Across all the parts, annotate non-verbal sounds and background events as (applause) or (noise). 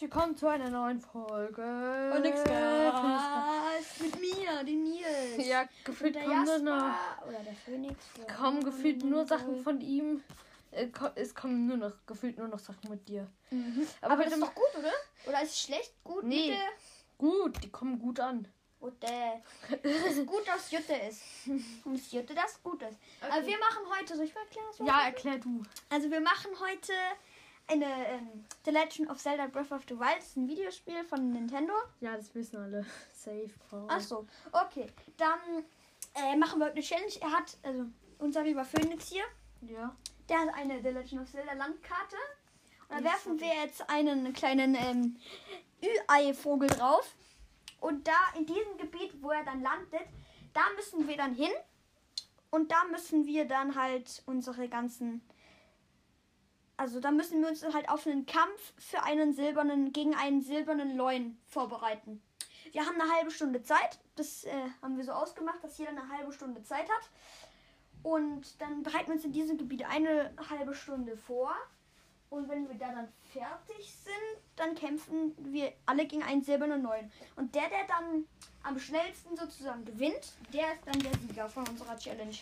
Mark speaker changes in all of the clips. Speaker 1: willkommen zu einer neuen Folge.
Speaker 2: Und nix
Speaker 1: von
Speaker 2: Gas. Mit mir, dem Nils.
Speaker 1: Nix- Ja,
Speaker 2: Und
Speaker 1: gefühlt
Speaker 2: der
Speaker 1: kommen nur noch,
Speaker 2: Jasper. Oder der Phoenix.
Speaker 1: kommen gefühlt nur Sachen von ihm. Äh, ko- Es kommen nur noch, gefühlt nur noch Sachen mit dir.
Speaker 2: Mhm.
Speaker 1: Aber,
Speaker 2: Aber das
Speaker 1: heute
Speaker 2: ist
Speaker 1: mal
Speaker 2: doch gut, oder? Oder ist es schlecht? Gut,
Speaker 1: Nee.
Speaker 2: Mitte?
Speaker 1: gut, die kommen gut an.
Speaker 2: Gute. Es ist gut, dass Jütte ist.
Speaker 1: (laughs)
Speaker 2: Und dass Jütte das gut ist. Aber wir machen heute, soll ich mal erklären? was wir
Speaker 1: Ja,
Speaker 2: machen?
Speaker 1: erklär du.
Speaker 2: Also wir machen heute eine ähm, The Legend of Zelda Breath of the Wild. Das ist ein Videospiel von Nintendo.
Speaker 1: Ja, das wissen alle. (laughs) Safe. Call.
Speaker 2: Ach so, okay. Dann äh, machen wir heute eine Challenge. Er hat, also unser lieber Phoenix hier,
Speaker 1: Ja.
Speaker 2: der hat eine The Legend of Zelda Landkarte. Und
Speaker 1: Und
Speaker 2: da werfen wir jetzt einen kleinen ähm, Ü-Ei-Vogel drauf. Und da in diesem Gebiet, wo er dann landet, da müssen wir dann hin. Und da müssen wir dann halt unsere ganzen. Also da müssen wir uns dann halt auf einen Kampf für einen silbernen, gegen einen silbernen Leuen vorbereiten. Wir haben eine halbe Stunde Zeit. Das äh, haben wir so ausgemacht, dass jeder eine halbe Stunde Zeit hat. Und dann bereiten wir uns in diesem Gebiet eine halbe Stunde vor. Und wenn wir da dann fertig sind, dann kämpfen wir alle gegen einen silbernen Neuen. Und der, der dann am schnellsten sozusagen gewinnt, der ist dann der Sieger von unserer Challenge.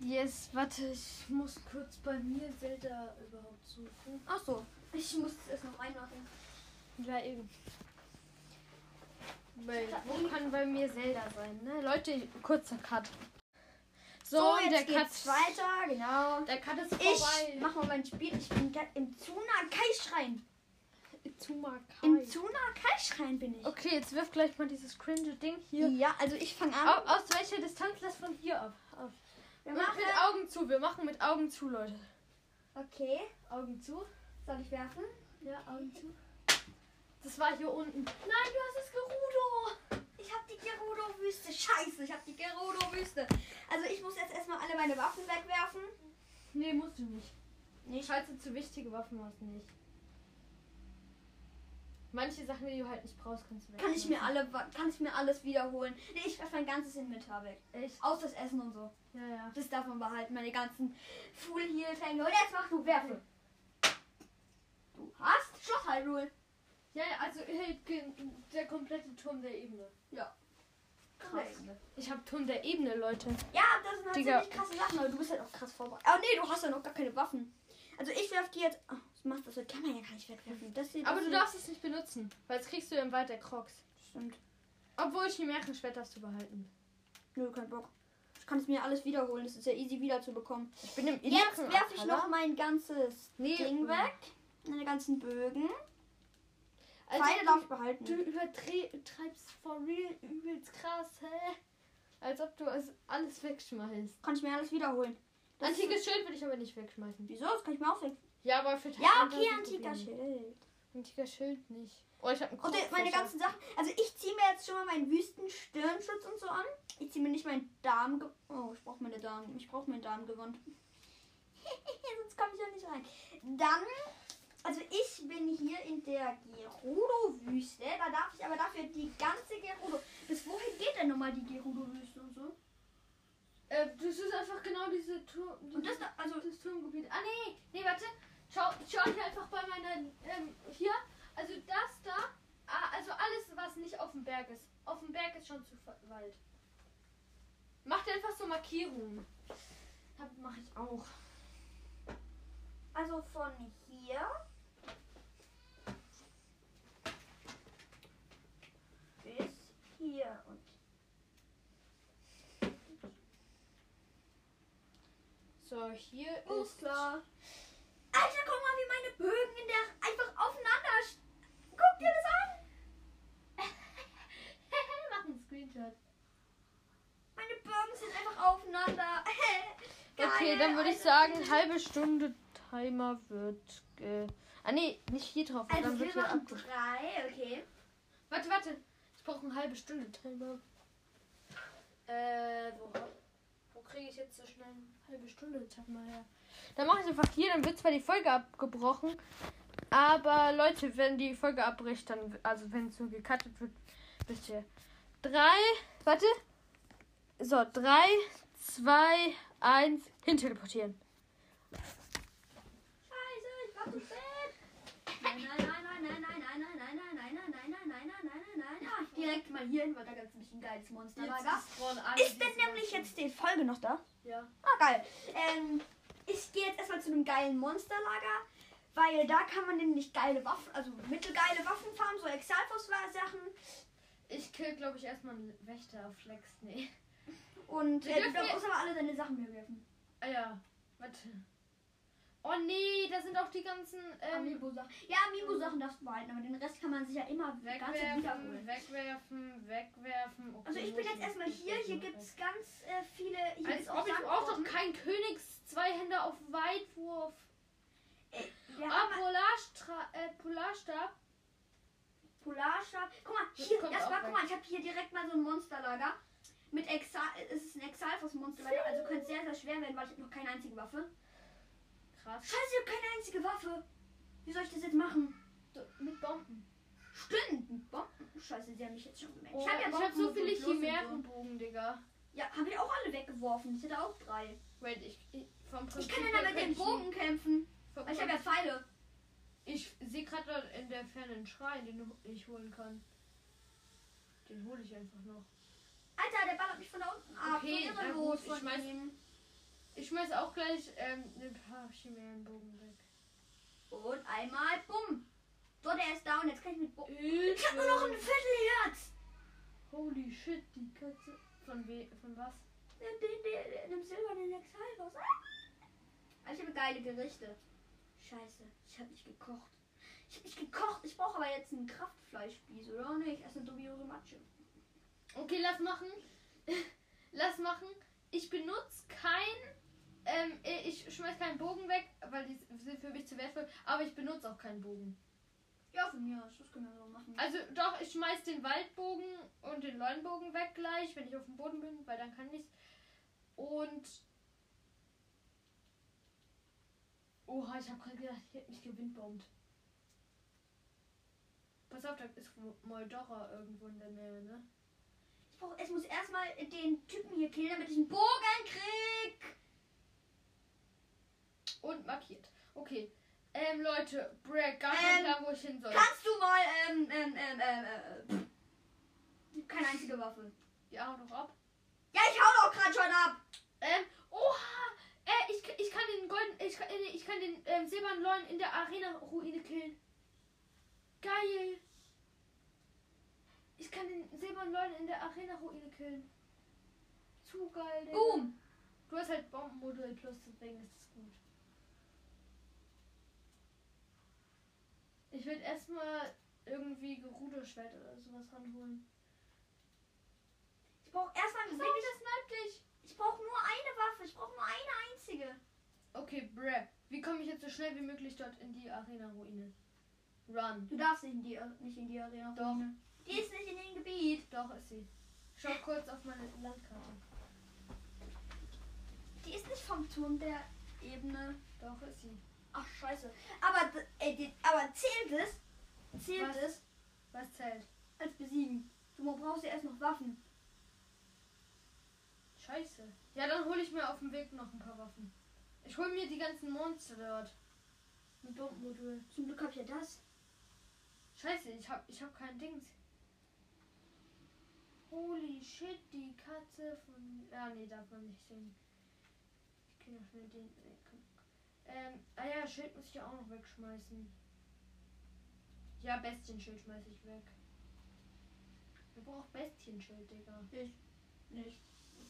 Speaker 1: Yes, warte, ich muss kurz bei mir Zelda überhaupt suchen.
Speaker 2: Ach so, ich muss es erst noch einmachen.
Speaker 1: Ja, eben. Weil, wo kann bei mir Zelda sein, ne? Leute, kurzer Cut. So, und der Cut.
Speaker 2: geht's weiter, genau.
Speaker 1: Der Cut ist
Speaker 2: Ich
Speaker 1: vorbei.
Speaker 2: mach mal mein Spiel. Ich bin grad im Tsunakai-Schrein.
Speaker 1: Ich Zuma
Speaker 2: Im Tsunakai-Schrein bin ich.
Speaker 1: Okay, jetzt wirf gleich mal dieses cringe Ding hier.
Speaker 2: Ja, also ich fange an.
Speaker 1: Au- Aus welcher Distanz lässt man hier ab? ab.
Speaker 2: Wir
Speaker 1: Mit,
Speaker 2: machen.
Speaker 1: mit Augen zu, wir machen mit Augen zu, Leute.
Speaker 2: Okay,
Speaker 1: Augen zu.
Speaker 2: soll ich werfen?
Speaker 1: Ja, Augen zu. Das war hier unten. Nein, du hast es Gerudo.
Speaker 2: Ich hab die Gerudo-Wüste. Scheiße, ich hab die Gerudo-Wüste. Also ich muss jetzt erstmal alle meine Waffen wegwerfen.
Speaker 1: Nee, musst du nicht.
Speaker 2: Nee,
Speaker 1: Scheiße, zu wichtige Waffen hast du nicht. Manche Sachen, die du halt nicht brauchst, kannst du weg.
Speaker 2: Kann ich mir alle, wa- kann ich mir alles wiederholen? Nee, ich werfe mein ganzes Inventar weg.
Speaker 1: Echt?
Speaker 2: Aus das Essen und so.
Speaker 1: Ja, ja.
Speaker 2: Das davon behalten, meine ganzen Full Heal Fänge. Und jetzt mach du Werfe. Du hast halt, Schlossheilruhe.
Speaker 1: Ja, ja, also hey, ge- der komplette Turm der Ebene. ne?
Speaker 2: Krass.
Speaker 1: Ich hab Turm der Ebene, Leute.
Speaker 2: Ja, das sind halt
Speaker 1: Digga.
Speaker 2: ziemlich krasse Sachen, aber du bist halt auch krass vorbereitet. Aber nee, du hast ja noch gar keine Waffen. Also ich werf die jetzt. Oh, das macht das mit Kamera ja gar nicht wegwerfen. Das hier, das
Speaker 1: Aber du
Speaker 2: hier-
Speaker 1: darfst es nicht benutzen, weil jetzt kriegst du dann weiter Crocs.
Speaker 2: Stimmt.
Speaker 1: Obwohl ich die Märchenschwert darfst du behalten.
Speaker 2: Nö, kein Bock. Ich kann es mir alles wiederholen. Das ist ja easy wiederzubekommen.
Speaker 1: Ich bin im
Speaker 2: Jetzt werfe ich noch mein ganzes
Speaker 1: nee,
Speaker 2: Ding weg. Meine ganzen Bögen.
Speaker 1: Also,
Speaker 2: Pfeile darf ich behalten.
Speaker 1: du übertreibst for real übelst krass, hä? Als ob du es alles wegschmeißt.
Speaker 2: Kann ich mir alles wiederholen. Das
Speaker 1: Antikes Schild würde ich aber nicht wegschmeißen.
Speaker 2: Wieso? Das kann ich mir auch weg.
Speaker 1: Ja, aber für
Speaker 2: Ja,
Speaker 1: 1000
Speaker 2: okay,
Speaker 1: Rubine.
Speaker 2: antiker Schild.
Speaker 1: Antiker Schild nicht. Oh, ich hab einen
Speaker 2: Und äh,
Speaker 1: Croc
Speaker 2: meine
Speaker 1: sicher.
Speaker 2: ganzen Sachen. Also ich ziehe mir jetzt schon mal meinen Wüstenstirnschutz und so an. Ich ziehe mir nicht meinen Darm. ge- Oh, ich brauche meine Darm. Ich brauche meinen Darmgewand. (laughs) Sonst komme ich ja nicht rein. Dann, also ich bin hier in der Gerudo-Wüste. Da darf ich aber dafür die ganze Gerudo. Bis wohin geht denn nochmal die Gerudo-Wüste und so?
Speaker 1: Äh, das ist einfach genau diese Turm.
Speaker 2: Und das, da- also
Speaker 1: das Turmgebiet. Ah, nee, nee, warte. Schau, schau hier einfach bei meiner. Ähm, hier. Also das da. Ah, also alles, was nicht auf dem Berg ist. Auf dem Berg ist schon zu ver- Wald. Macht einfach so Markierungen. Hab, mach ich auch.
Speaker 2: Also von hier. Bis hier und.
Speaker 1: So, hier ist. (laughs)
Speaker 2: Alter, guck mal, wie meine Bögen in der einfach aufeinander. sch- Guck dir das an!
Speaker 1: Mach einen Screenshot.
Speaker 2: Meine Bögen sind einfach aufeinander. (laughs) Geil,
Speaker 1: Okay, dann würde ich
Speaker 2: Alter.
Speaker 1: sagen, halt- halbe Stunde Timer wird. Ge ah, nee, nicht hier drauf. weil
Speaker 2: Also
Speaker 1: dann wird hier
Speaker 2: wir machen
Speaker 1: ab
Speaker 2: drei, okay.
Speaker 1: Warte, warte. Ich brauche eine halbe Stunde Timer. Äh, wo, wo kriege ich jetzt so schnell eine halbe Stunde Timer her? Dann mache ich einfach hier, dann wird zwar die Folge abgebrochen, aber Leute, wenn die Folge abbricht, dann, also wenn es so gecuttet wird, bitte. Drei, warte. So, drei, zwei, eins, hinteleportieren.
Speaker 2: Scheiße, ich war zu spät. Nein, nein, nein, nein, nein, nein, nein, nein, Ah,
Speaker 3: direkt mal hier hin, weil da gab es nämlich ein geiles Monsterlager.
Speaker 2: Ist denn nämlich jetzt die Folge noch da?
Speaker 3: Ja.
Speaker 2: Ah, geil. Ähm, ich gehe jetzt erstmal zu einem geilen Monsterlager, weil da kann man nämlich geile Waffen, also mittelgeile Waffen farmen, so Exalfos-Sachen.
Speaker 3: Ich kill, glaube ich, erstmal einen Wächter auf Flex. Nee.
Speaker 2: Und
Speaker 3: Wir
Speaker 2: äh, du
Speaker 3: dürfen
Speaker 2: darfst
Speaker 3: jetzt-
Speaker 2: aber alle deine Sachen mehr werfen.
Speaker 3: Ah ja. Warte.
Speaker 1: Oh nee, da sind auch die ganzen ähm,
Speaker 2: Amiibo-Sachen. Ja,
Speaker 3: Mhm.
Speaker 2: Amiibo-Sachen darfst du behalten, aber den Rest kann man sich ja immer ganz wieder holen.
Speaker 1: wegwerfen, wegwerfen, wegwerfen. Okay,
Speaker 2: Also ich
Speaker 1: wo
Speaker 2: bin
Speaker 1: ist
Speaker 2: jetzt
Speaker 1: denn-
Speaker 2: erstmal hier. Hier gibt es ganz äh, viele. Hier
Speaker 1: Als
Speaker 2: gibt's
Speaker 1: ob ich
Speaker 2: Sandburgen.
Speaker 1: auch doch kein Königs Zweihänder auf Weitwurf.
Speaker 2: Wir
Speaker 1: Ah,
Speaker 2: haben
Speaker 1: Polarstra äh, Polarstab.
Speaker 2: Polarstab. Guck mal,
Speaker 1: Das
Speaker 2: hier,
Speaker 1: kommt
Speaker 2: das
Speaker 1: auch
Speaker 2: war,
Speaker 1: weg.
Speaker 2: guck mal, ich habe hier direkt mal so ein Monsterlager. Mit Exal, äh, es ist ein Exalfos-Monsterlager, also könnte sehr, sehr schwer werden, weil ich hab noch keine einzige Waffe.
Speaker 1: Krass.
Speaker 2: Scheiße, ich hab keine einzige Waffe. Wie soll ich das jetzt machen?
Speaker 1: So, Mit Bomben.
Speaker 2: Stimmt, mit Bomben. Scheiße, sie haben mich jetzt schon gemerkt.
Speaker 1: Oh,
Speaker 2: ich habe ja
Speaker 1: ich hab
Speaker 2: Bomben
Speaker 1: so
Speaker 2: und
Speaker 1: viele
Speaker 2: los und so.
Speaker 1: Chimärenbogen, Digga.
Speaker 2: Ja, habe ich auch alle weggeworfen. Ich hätte auch drei.
Speaker 1: Wait, ich, ich vom
Speaker 2: Ich
Speaker 1: Prinzip
Speaker 2: kann ja
Speaker 1: her
Speaker 2: dann mit
Speaker 1: könnte
Speaker 2: dem
Speaker 1: ich
Speaker 2: Bogen kämpfen.
Speaker 1: vom
Speaker 2: Weil ich habe ja Pfeile.
Speaker 1: Ich sehe gerade dort in der Ferne einen Schrein, den ho- ich holen kann. Den hole ich einfach noch.
Speaker 2: Alter, der ballert mich von da unten ab.
Speaker 1: Okay,
Speaker 2: so
Speaker 1: na
Speaker 2: irrelos
Speaker 1: gut, ich
Speaker 2: von
Speaker 1: schmeiß-
Speaker 2: ihm.
Speaker 1: Ich schmeiß auch gleich ähm, ein paar Chimärenbogen weg.
Speaker 2: Und einmal, bumm. So, der ist down. Jetzt kann ich mit. Bo
Speaker 1: Ich
Speaker 2: ich hab nur noch ein Viertelherz.
Speaker 1: Holy shit, die Katze. Von we von was?
Speaker 2: Nimm den, den, den, dem silbernen Exalbus. Ah! Ich habe geile Gerichte. Scheiße, ich habe nicht gekocht. Ich habe nicht gekocht. Ich brauche aber jetzt einen Kraftfleischspieß, oder? Nee, ich esse eine dubiose Matsche.
Speaker 1: Okay, lass machen. (laughs) lass machen. Ich benutze kein. Ähm, ich schmeiß keinen Bogen weg, weil die sind für mich zu wertvoll. Aber ich benutze auch keinen Bogen.
Speaker 2: Ja, von mir aus. Das können wir so machen.
Speaker 1: Also doch, ich schmeiß den Waldbogen und den Leuenbogen weg gleich, wenn ich auf dem Boden bin, weil dann kann ich's. Und. Oha, ich habe gerade gedacht, ich hätte mich gewindbombt. Pass auf, da ist Moldora irgendwo in der Nähe, ne?
Speaker 2: Ich, brauch, ich muss erstmal den Typen hier killen, damit ich einen Bogen krieg.
Speaker 1: Und markiert. Okay. Ähm, Leute, Bragg, gar
Speaker 2: Ähm,
Speaker 1: nicht klar, wo ich hin soll.
Speaker 2: Kannst du mal, ähm, ähm, ähm, ähm, äh, pff. Ich hab keine einzige Waffe.
Speaker 1: Ja, hau doch ab.
Speaker 2: Ja, ich hau doch grad schon ab.
Speaker 1: Ähm, oha! Äh, ich, ich kann den golden, ich kann, äh, ich kann den ähm, silbernen Leuen in der Arena-Ruine killen. Geil! Ich kann den silbernen Leuen in der Arena-Ruine killen. Zu geil, Digga.
Speaker 2: Boom.
Speaker 1: Du hast halt Bombenmodul plus, deswegen ist es gut. Ich würde erstmal irgendwie Gerudo-Schwert oder sowas ranholen.
Speaker 2: Ich brauch erstmal
Speaker 1: Pass auf,
Speaker 2: wirklich,
Speaker 1: das snipe dich!
Speaker 2: ich brauch nur eine Waffe. Ich brauch nur eine einzige.
Speaker 1: Okay, bruh. Wie komme ich jetzt so schnell wie möglich dort in die Arena-Ruine? Run.
Speaker 2: Du darfst nicht in die, äh, nicht in die Arena.
Speaker 1: Doch.
Speaker 2: Ruine. Die ist nicht in dem Gebiet.
Speaker 1: Doch, ist sie. Schau kurz auf meine Landkarte.
Speaker 2: Die ist nicht vom Turm der Ebene.
Speaker 1: Doch, ist sie.
Speaker 2: Ach, scheiße. Aber, d- ey, die, aber zählt es? Zählt
Speaker 1: Was?
Speaker 2: es
Speaker 1: Was zählt?
Speaker 2: als besiegen? Du brauchst ja erst noch Waffen.
Speaker 1: Scheiße. Ja, dann hole ich mir auf dem Weg noch ein paar Waffen. Ich hole mir die ganzen Monster dort. Mit Bombenmodul.
Speaker 2: Zum Glück hab ich ja das.
Speaker 1: Scheiße, ich hab, ich hab kein Dings. Holy shit, die Katze von. Ah, nee, darf man nicht singen. Ich kann noch schnell den. nee, komm. Ähm, ah ja, Schild muss ich ja auch noch wegschmeißen. Ja, Bestienschild schmeiß ich weg. Wir brauchen Bestienschild, Digga.
Speaker 2: Ich nicht.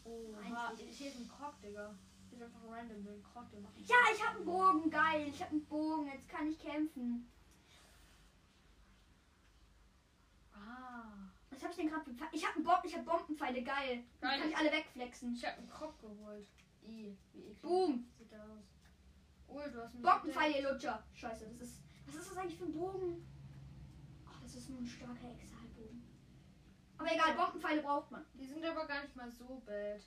Speaker 1: Oha, hier ist ein Krog, Digga. Hier ist einfach random ein Krog, der macht
Speaker 2: Ja, ich hab einen Bogen. Geil. Ich hab einen Bogen. Jetzt kann ich kämpfen.
Speaker 1: Ah.
Speaker 2: Was hab ich denn gerade bepfe- Ich hab einen Bomb, ich hab Bombenpfeile, geil.
Speaker 1: Geil.
Speaker 2: Dann kann ich alle wegflexen.
Speaker 1: Ich hab einen Krog geholt. I, wie eklig.
Speaker 2: Boom.
Speaker 1: Sieht da aus. Oh, du hast mich
Speaker 2: Bombenpfeile, ihr Lutscher. Scheiße, das ist. Was ist das eigentlich für ein Bogen? Ach, das ist nur ein starker Exalbogen. Aber egal, Bombenpfeile braucht man.
Speaker 1: Die sind aber gar nicht mal so bad.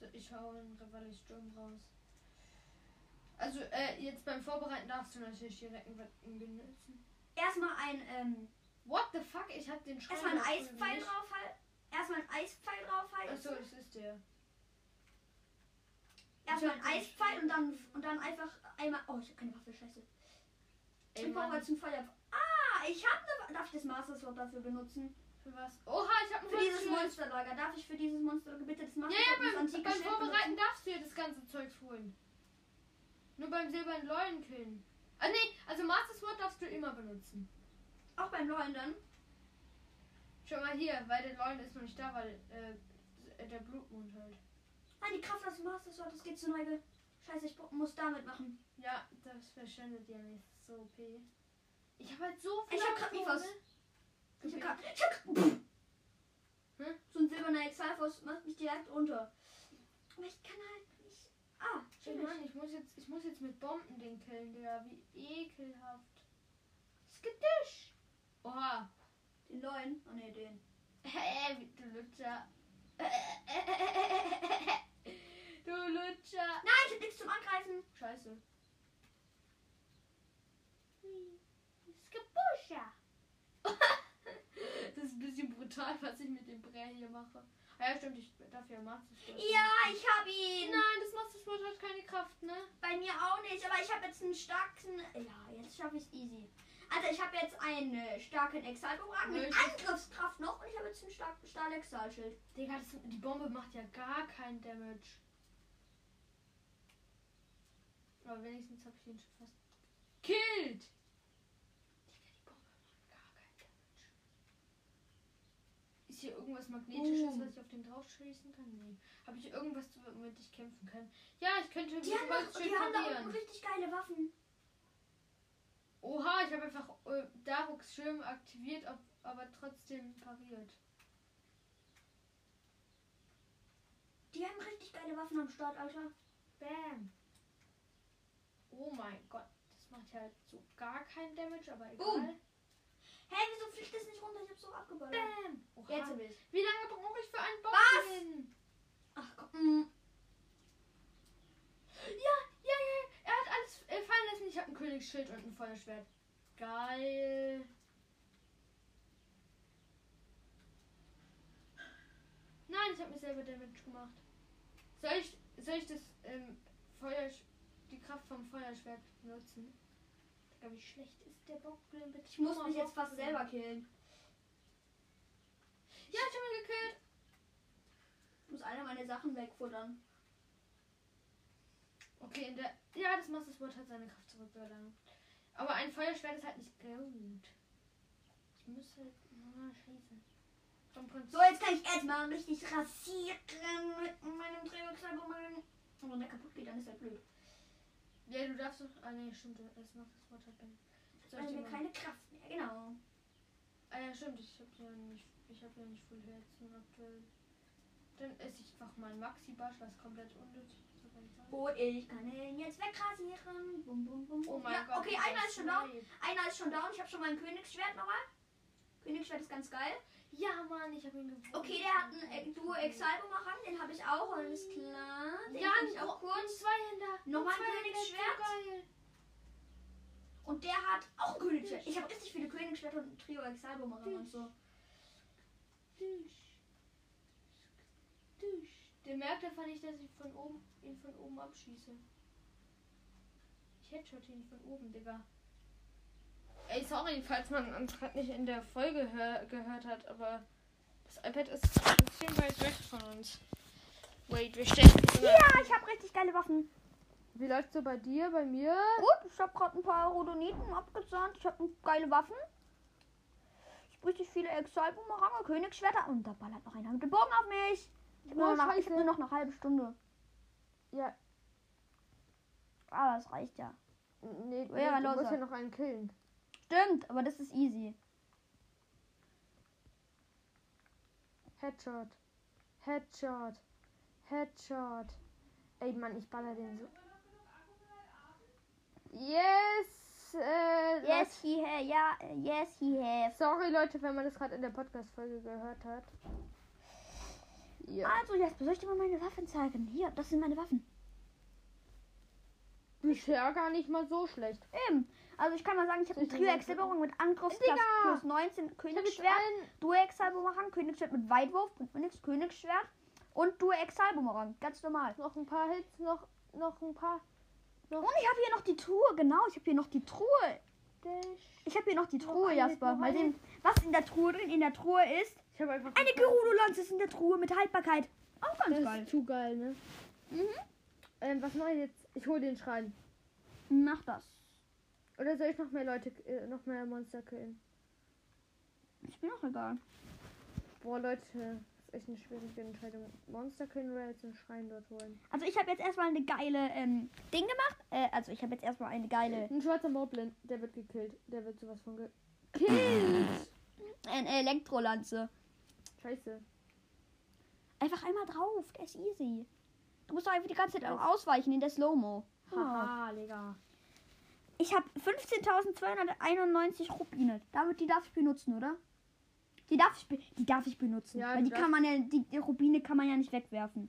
Speaker 1: So, ich hau einen Revali Sturm raus. Also, äh, jetzt beim Vorbereiten darfst du natürlich die Reckenwetten benutzen.
Speaker 2: Erstmal ein, ähm,
Speaker 1: What the fuck? Ich hab den Schrein.
Speaker 2: erstmal ein
Speaker 1: dafür
Speaker 2: Eispfeil
Speaker 1: nicht.
Speaker 2: draufhalten. Erstmal ein Eispfeil
Speaker 1: Achso,
Speaker 2: draufhalten.
Speaker 1: es ist der. ich
Speaker 2: Erstmal ein
Speaker 1: hab nicht-
Speaker 2: Eispfeil und dann und dann einfach einmal. Oh, ich hab keine Waffe, scheiße.
Speaker 1: Ey,
Speaker 2: ich brauche
Speaker 1: Mann.
Speaker 2: jetzt einen Feuer. Ah, ich habe eine. Darf ich das Master Sword dafür benutzen?
Speaker 1: Für was? Oha, ich hab
Speaker 2: Für
Speaker 1: ein
Speaker 2: dieses
Speaker 1: Holzschild.
Speaker 2: Monsterlager. Darf ich für dieses Monsterlager bitte das Master
Speaker 1: Ja,
Speaker 2: Sword
Speaker 1: ja,
Speaker 2: und
Speaker 1: beim,
Speaker 2: das antike
Speaker 1: beim
Speaker 2: Schild
Speaker 1: Vorbereiten darfst du ja das ganze Zeugs holen. Nur beim silbernen Leuenkill. Ah, nee, also Master Sword darfst du immer benutzen.
Speaker 2: benutzen? Auch beim Neuen dann?
Speaker 1: Schau mal hier, weil der Leuen ist noch nicht da, weil äh, der Blutmond halt.
Speaker 2: Nein, die Kraft aus dem Master Sword, das geht zu Neige. Scheiße, ich muss damit machen.
Speaker 1: Ja, das verschwendet ja nicht. So OP. Ich habe halt so viel.
Speaker 2: Ich hab grad nie was. Ich hab grad. Ich hab grad
Speaker 1: Hm?
Speaker 2: So ein silberner Exalfos macht mich direkt runter. Aber ich kann halt nicht. Ah,
Speaker 1: Ey,
Speaker 2: schön.
Speaker 1: Mann, ich muss jetzt, ich muss jetzt mit Bomben den killen, Digga. Wie ekelhaft.
Speaker 2: Skittisch.
Speaker 1: Oha.
Speaker 2: Den neuen. Oh ne, den.
Speaker 1: Hey, du Lutscher. (laughs) Du Lutscher.
Speaker 2: Nein, ich hab nichts zum Angreifen.
Speaker 1: Scheiße.
Speaker 2: Skibuscha.
Speaker 1: Das ist ein bisschen brutal, was ich mit dem Brä hier mache. Ah ja, stimmt, ich darf ja Master Sword.
Speaker 2: Ja, Ah, ich hab ihn.
Speaker 1: Nein, das Master Sword hat keine Kraft, ne?
Speaker 2: Bei mir auch nicht, aber ich habe jetzt einen starken. Ja, jetzt schaffe ich es easy. Also ich habe jetzt einen äh, starken Exalbogen mit
Speaker 1: Nö, ich-
Speaker 2: Angriffskraft noch und ich habe jetzt einen starken Stahlexalschild.
Speaker 1: Digga, das, die Bombe macht ja gar keinen Damage. Aber wenigstens habe ich ihn schon fast killed. Digga, die Bombe macht gar keinen Damage. Ist hier irgendwas Magnetisches,
Speaker 2: Boom.
Speaker 1: was ich auf den drauf schießen kann? Nee. Habe ich irgendwas, womit ich kämpfen kann? Ja, ich könnte
Speaker 2: Die haben,
Speaker 1: mal
Speaker 2: doch, die haben da unten richtig geile Waffen.
Speaker 1: Oha, ich habe einfach äh, Daruks Schirm aktiviert, ob, aber trotzdem pariert.
Speaker 2: Die haben richtig geile Waffen am Start, Alter.
Speaker 1: Bam. Oh mein Gott. Das macht ja so gar keinen Damage, aber egal.
Speaker 2: Boom. Hey, wieso fliegt das nicht runter? Ich hab's doch abgeballert.
Speaker 1: Bam. Oha.
Speaker 2: Jetzt hab ich.
Speaker 1: Wie lange brauche ich für einen Boss?
Speaker 2: Was?
Speaker 1: hin?
Speaker 2: Ach komm.
Speaker 1: Ja, ja, ja. Er hat alles äh, fallen lassen. Ich habe ein Königsschild und ein Feuerschwert. Geil. Nein, ich habe mir selber Damage gemacht. Soll ich, soll ich das ähm, Feuer, die Kraft vom Feuerschwert benutzen? Digga, wie schlecht ist der Bockblin bitte?
Speaker 2: Ich muss mich jetzt fast selber killen.
Speaker 1: Ja, ich habe ihn gekillt.
Speaker 2: Ich muss alle meine Sachen wegfuttern.
Speaker 1: Okay, in der. Ja, das Master Sword hat seine Kraft zurückgelangt. Aber ein Feuerschwert ist halt nicht gut. Ich müsste. Ah, scheiße. Vom Prinzip.
Speaker 2: So, jetzt kann ich erstmal richtig rasieren mit meinem Drehexalbogen. Und wenn der kaputt geht, dann ist er blöd.
Speaker 1: Ja, du darfst doch. Ah, nee, stimmt. Das Master Sword hat keine. Soll ich
Speaker 2: Weil
Speaker 1: dir
Speaker 2: mir
Speaker 1: mal-
Speaker 2: keine Kraft mehr, genau.
Speaker 1: Ah, ja, stimmt. Ich hab ja nicht. Ich hab ja nicht voll Herzen aktuell. Dann esse ich einfach mal Maxi-Basch, was komplett unnötig ist. aber egal.
Speaker 2: Oh, ich kann ihn jetzt wegrasieren. Bum, bum, bum.
Speaker 1: Oh
Speaker 2: bum.
Speaker 1: mein
Speaker 2: ja,
Speaker 1: Gott.
Speaker 2: Okay,
Speaker 1: dieser
Speaker 2: einer ist schon down.
Speaker 1: Snipe.
Speaker 2: Einer ist schon down. Ich habe schon mein Königsschwert nochmal. Königsschwert ist ganz geil.
Speaker 1: Ja, Mann, ich hab ihn gewonnen.
Speaker 2: Okay, der hat einen äh, Duo Exalbumerang. Den habe ich auch. Alles klar. Den
Speaker 1: Ja,
Speaker 2: kann ich
Speaker 1: ein
Speaker 2: auch
Speaker 1: Gro- ein
Speaker 2: kurz.
Speaker 1: Zweihänder.
Speaker 2: Nochmal
Speaker 1: Ein
Speaker 2: ein
Speaker 1: Zweihänder,
Speaker 2: Königsschwert?
Speaker 1: so geil.
Speaker 2: Und der hat auch ein Königsschwert. Ich habe richtig viele Königsschwerter und ein Trio Exalbumerang und so.
Speaker 1: Dusch. Dusch. Der merkt einfach nicht, dass ich von oben, ihn von oben abschieße. Ich headshot ihn von oben, Digga.
Speaker 4: Ey, sorry, falls man uns gerade nicht in der Folge hör gehört hat, aber das iPad ist ein bisschen weit weg von uns. Wait, wir stellen
Speaker 2: ich habe richtig geile Waffen.
Speaker 4: Wie läuft's so bei dir, bei mir?
Speaker 2: Gut, ich habe gerade ein paar Rodoniten abgezahnt. Ich habe geile Waffen. Ich habe richtig viele Exalbumerange, Königsschwerter. Und da ballert noch einer mit dem Bogen auf mich. Ich habe
Speaker 4: Oh,
Speaker 2: nur, noch- ich
Speaker 4: scheiße.
Speaker 2: hab nur noch eine halbe Stunde.
Speaker 4: Ja,
Speaker 2: Aber Ah, das reicht ja.
Speaker 4: nee,
Speaker 2: Oh ja,
Speaker 4: du
Speaker 2: Leute.
Speaker 4: musst ja noch einen killen.
Speaker 2: Stimmt, aber das ist easy.
Speaker 4: Headshot. Headshot. Headshot. Ey, Mann, ich baller den so. Yes! Äh,
Speaker 2: Yes, he has. Ja, äh, yes, he has.
Speaker 4: Sorry, Leute, wenn man das gerade in der Podcast-Folge gehört hat.
Speaker 1: Ah.
Speaker 4: Ja.
Speaker 2: Also, Jasper, soll ich dir mal meine Waffen zeigen? Hier, das sind meine Waffen.
Speaker 4: Bisher gar nicht mal so schlecht.
Speaker 2: Eben. Also, ich kann mal sagen, ich habe eine
Speaker 4: Ich
Speaker 2: trio
Speaker 4: nehm
Speaker 2: exilberung mit Angriffsklasse
Speaker 4: Digga!
Speaker 2: plus 19
Speaker 4: Ich hab jetzt
Speaker 2: Königsschwert,
Speaker 4: allen-
Speaker 2: Duo-Exalbumerang, Königsschwert mit Weitwurf, bringt mir nichts, Königsschwert und Duo-Exalbumerang. Ganz normal.
Speaker 4: noch ein paar Hits, noch, noch ein paar.
Speaker 2: Und ich habe hier noch die Truhe, genau, ich habe hier noch die Truhe. Ich habe hier noch die Truhe,
Speaker 1: eine,
Speaker 2: Jasper.
Speaker 1: noch
Speaker 2: Mal
Speaker 1: eine.
Speaker 2: sehen, was in der Truhe drin in der Truhe ist.
Speaker 1: Ich habe einfach.
Speaker 2: Eine Gerudo-Lanze ist in der Truhe mit Haltbarkeit. Auch ganz
Speaker 1: das ist
Speaker 2: geil.
Speaker 1: zu geil, ne?
Speaker 2: Mhm.
Speaker 1: Ähm, was mache ich jetzt? Ich hole den Schrein.
Speaker 2: Mach das.
Speaker 1: Oder soll ich noch mehr Leute, äh, noch mehr Monster killen?
Speaker 2: Ist mir auch egal.
Speaker 1: Boah, Leute, das ist echt eine schwierige Entscheidung. Monster killen oder jetzt den Schrein dort holen?
Speaker 2: Also ich habe jetzt erstmal eine geile ähm, Ding gemacht. Äh, also ich habe jetzt erstmal eine geile
Speaker 1: Ein schwarzer Moblin, der wird gekillt. Der wird sowas
Speaker 2: (laughs)
Speaker 1: von gekillt.
Speaker 2: eine Elektrolanze.
Speaker 1: Scheiße.
Speaker 2: Einfach einmal drauf. Der ist easy. Du musst doch einfach die ganze Zeit auch ausweichen in der Slow-Mo.
Speaker 1: Haha, Digga.
Speaker 2: Ich habe 15.291 Rubine. Damit die darf ich benutzen, oder? Die darf ich, be die darf ich benutzen.
Speaker 1: Ja,
Speaker 2: weil
Speaker 1: du
Speaker 2: die kann man ja, die, die Rubine kann man ja nicht wegwerfen.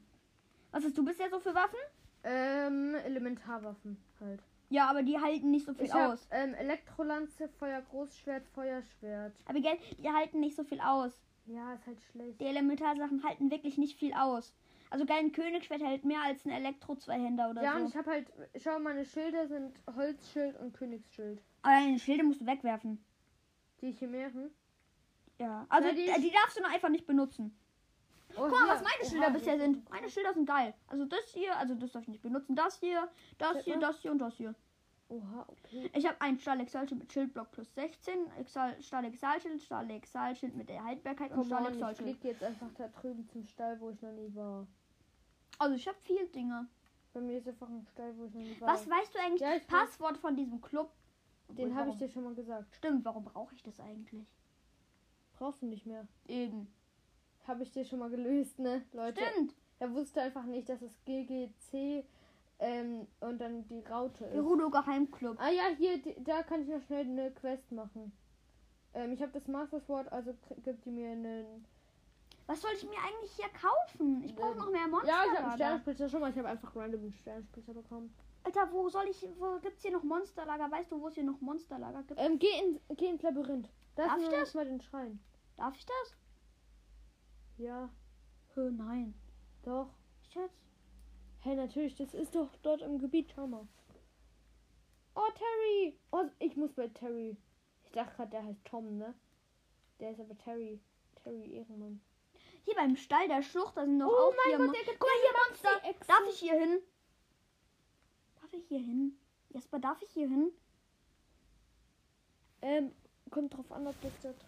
Speaker 2: Was hast du bisher so für Waffen?
Speaker 1: Ähm, Elementarwaffen halt.
Speaker 2: Ja, aber die halten nicht so viel
Speaker 1: Ich hab,
Speaker 2: aus.
Speaker 1: ähm, Elektrolanze, Feuergroßschwert, Feuerschwert.
Speaker 2: Aber gell, die halten nicht so viel aus.
Speaker 1: Ja, ist halt schlecht.
Speaker 2: Die Elementarsachen halten wirklich nicht viel aus. Also geil, ein Königsschwert hält mehr als ein Elektro-Zweihänder oder
Speaker 1: ja, und
Speaker 2: so.
Speaker 1: ich habe halt, schau, meine Schilder sind Holzschild und Königsschild.
Speaker 2: Aber deine Schilde musst du wegwerfen.
Speaker 1: Die Chimären.
Speaker 2: Ja. Also
Speaker 1: Ja, die
Speaker 2: die,
Speaker 1: ist-
Speaker 2: die darfst du nur einfach nicht benutzen.
Speaker 1: Oh,
Speaker 2: Guck mal,
Speaker 1: hier.
Speaker 2: was meine
Speaker 1: Oha,
Speaker 2: Schilder
Speaker 1: hier.
Speaker 2: bisher sind. Meine Schilder sind geil. Also das hier, also das darf ich nicht benutzen. Das hier, das
Speaker 1: Zeig
Speaker 2: hier,
Speaker 1: mal.
Speaker 2: das hier und das hier.
Speaker 1: Oha, okay.
Speaker 2: Ich habe einen Stahl Exalschild mit Schildblock plus 16, Exal Stahl Exalschild, Stahl Exalschild mit der Haltbarkeit und
Speaker 1: Come
Speaker 2: Stahl
Speaker 1: on, Oh ich
Speaker 2: Exalschild.
Speaker 1: flieg jetzt einfach da drüben zum Stall, wo ich noch nie war.
Speaker 2: Also ich habe viel Dinge.
Speaker 1: Bei mir ist einfach ein Stall, wo ich noch nie war.
Speaker 2: Was weißt du eigentlich
Speaker 1: Ja, ich
Speaker 2: das Passwort von diesem Club?
Speaker 1: Den habe ich
Speaker 2: Warum?
Speaker 1: dir schon mal gesagt.
Speaker 2: Stimmt, warum brauche ich das eigentlich?
Speaker 1: Brauchst du nicht mehr.
Speaker 2: Eben.
Speaker 1: Habe ich dir schon mal gelöst, ne, Leute?
Speaker 2: Stimmt.
Speaker 1: Er wusste einfach nicht, dass es GGC ähm, und dann die Raute ist.
Speaker 2: Gerudo Geheimclub.
Speaker 1: Ah ja, hier, die, da kann ich noch schnell eine Quest machen. Ähm, ich habe das Master Sword, also kri- gibt die mir einen.
Speaker 2: Was soll ich mir eigentlich hier kaufen? Ich brauche
Speaker 1: Ähm,
Speaker 2: noch mehr Monster.
Speaker 1: Ja, ich habe einen
Speaker 2: Lager.
Speaker 1: Sternsplitter schon mal. Ich habe einfach random einen Sternsplitter bekommen.
Speaker 2: Alter, wo soll ich. Wo gibt's hier noch Monsterlager? Weißt du, wo es hier noch Monsterlager gibt?
Speaker 1: Ähm, geh, in, geh ins Labyrinth. Da
Speaker 2: Darf
Speaker 1: ist
Speaker 2: ich
Speaker 1: nur
Speaker 2: das?
Speaker 1: noch mal den Schrein.
Speaker 2: Darf ich das?
Speaker 1: Ja,
Speaker 2: Äh, nein.
Speaker 1: doch.
Speaker 2: Ich jetzt?
Speaker 1: Hey, natürlich, das ist doch dort im Gebiet. Schau mal. Oh, Terry! Oh, ich muss bei Terry. Ich dachte gerade, der heißt Tom, ne? Der ist aber Terry. Terry Ehrenmann.
Speaker 2: Hier beim Stall der Schlucht, da sind noch
Speaker 1: Oh
Speaker 2: auch
Speaker 1: mein
Speaker 2: hier
Speaker 1: Gott,
Speaker 2: Mon-
Speaker 1: der gibt
Speaker 2: Guck mal,
Speaker 1: mir
Speaker 2: hier
Speaker 1: eine
Speaker 2: Monster.
Speaker 1: Maxi-Echse.
Speaker 2: Darf ich hier hin? Darf ich hier hin? Jasper, darf ich hier hin?
Speaker 1: Ähm, kommt drauf an, ob das dort ist.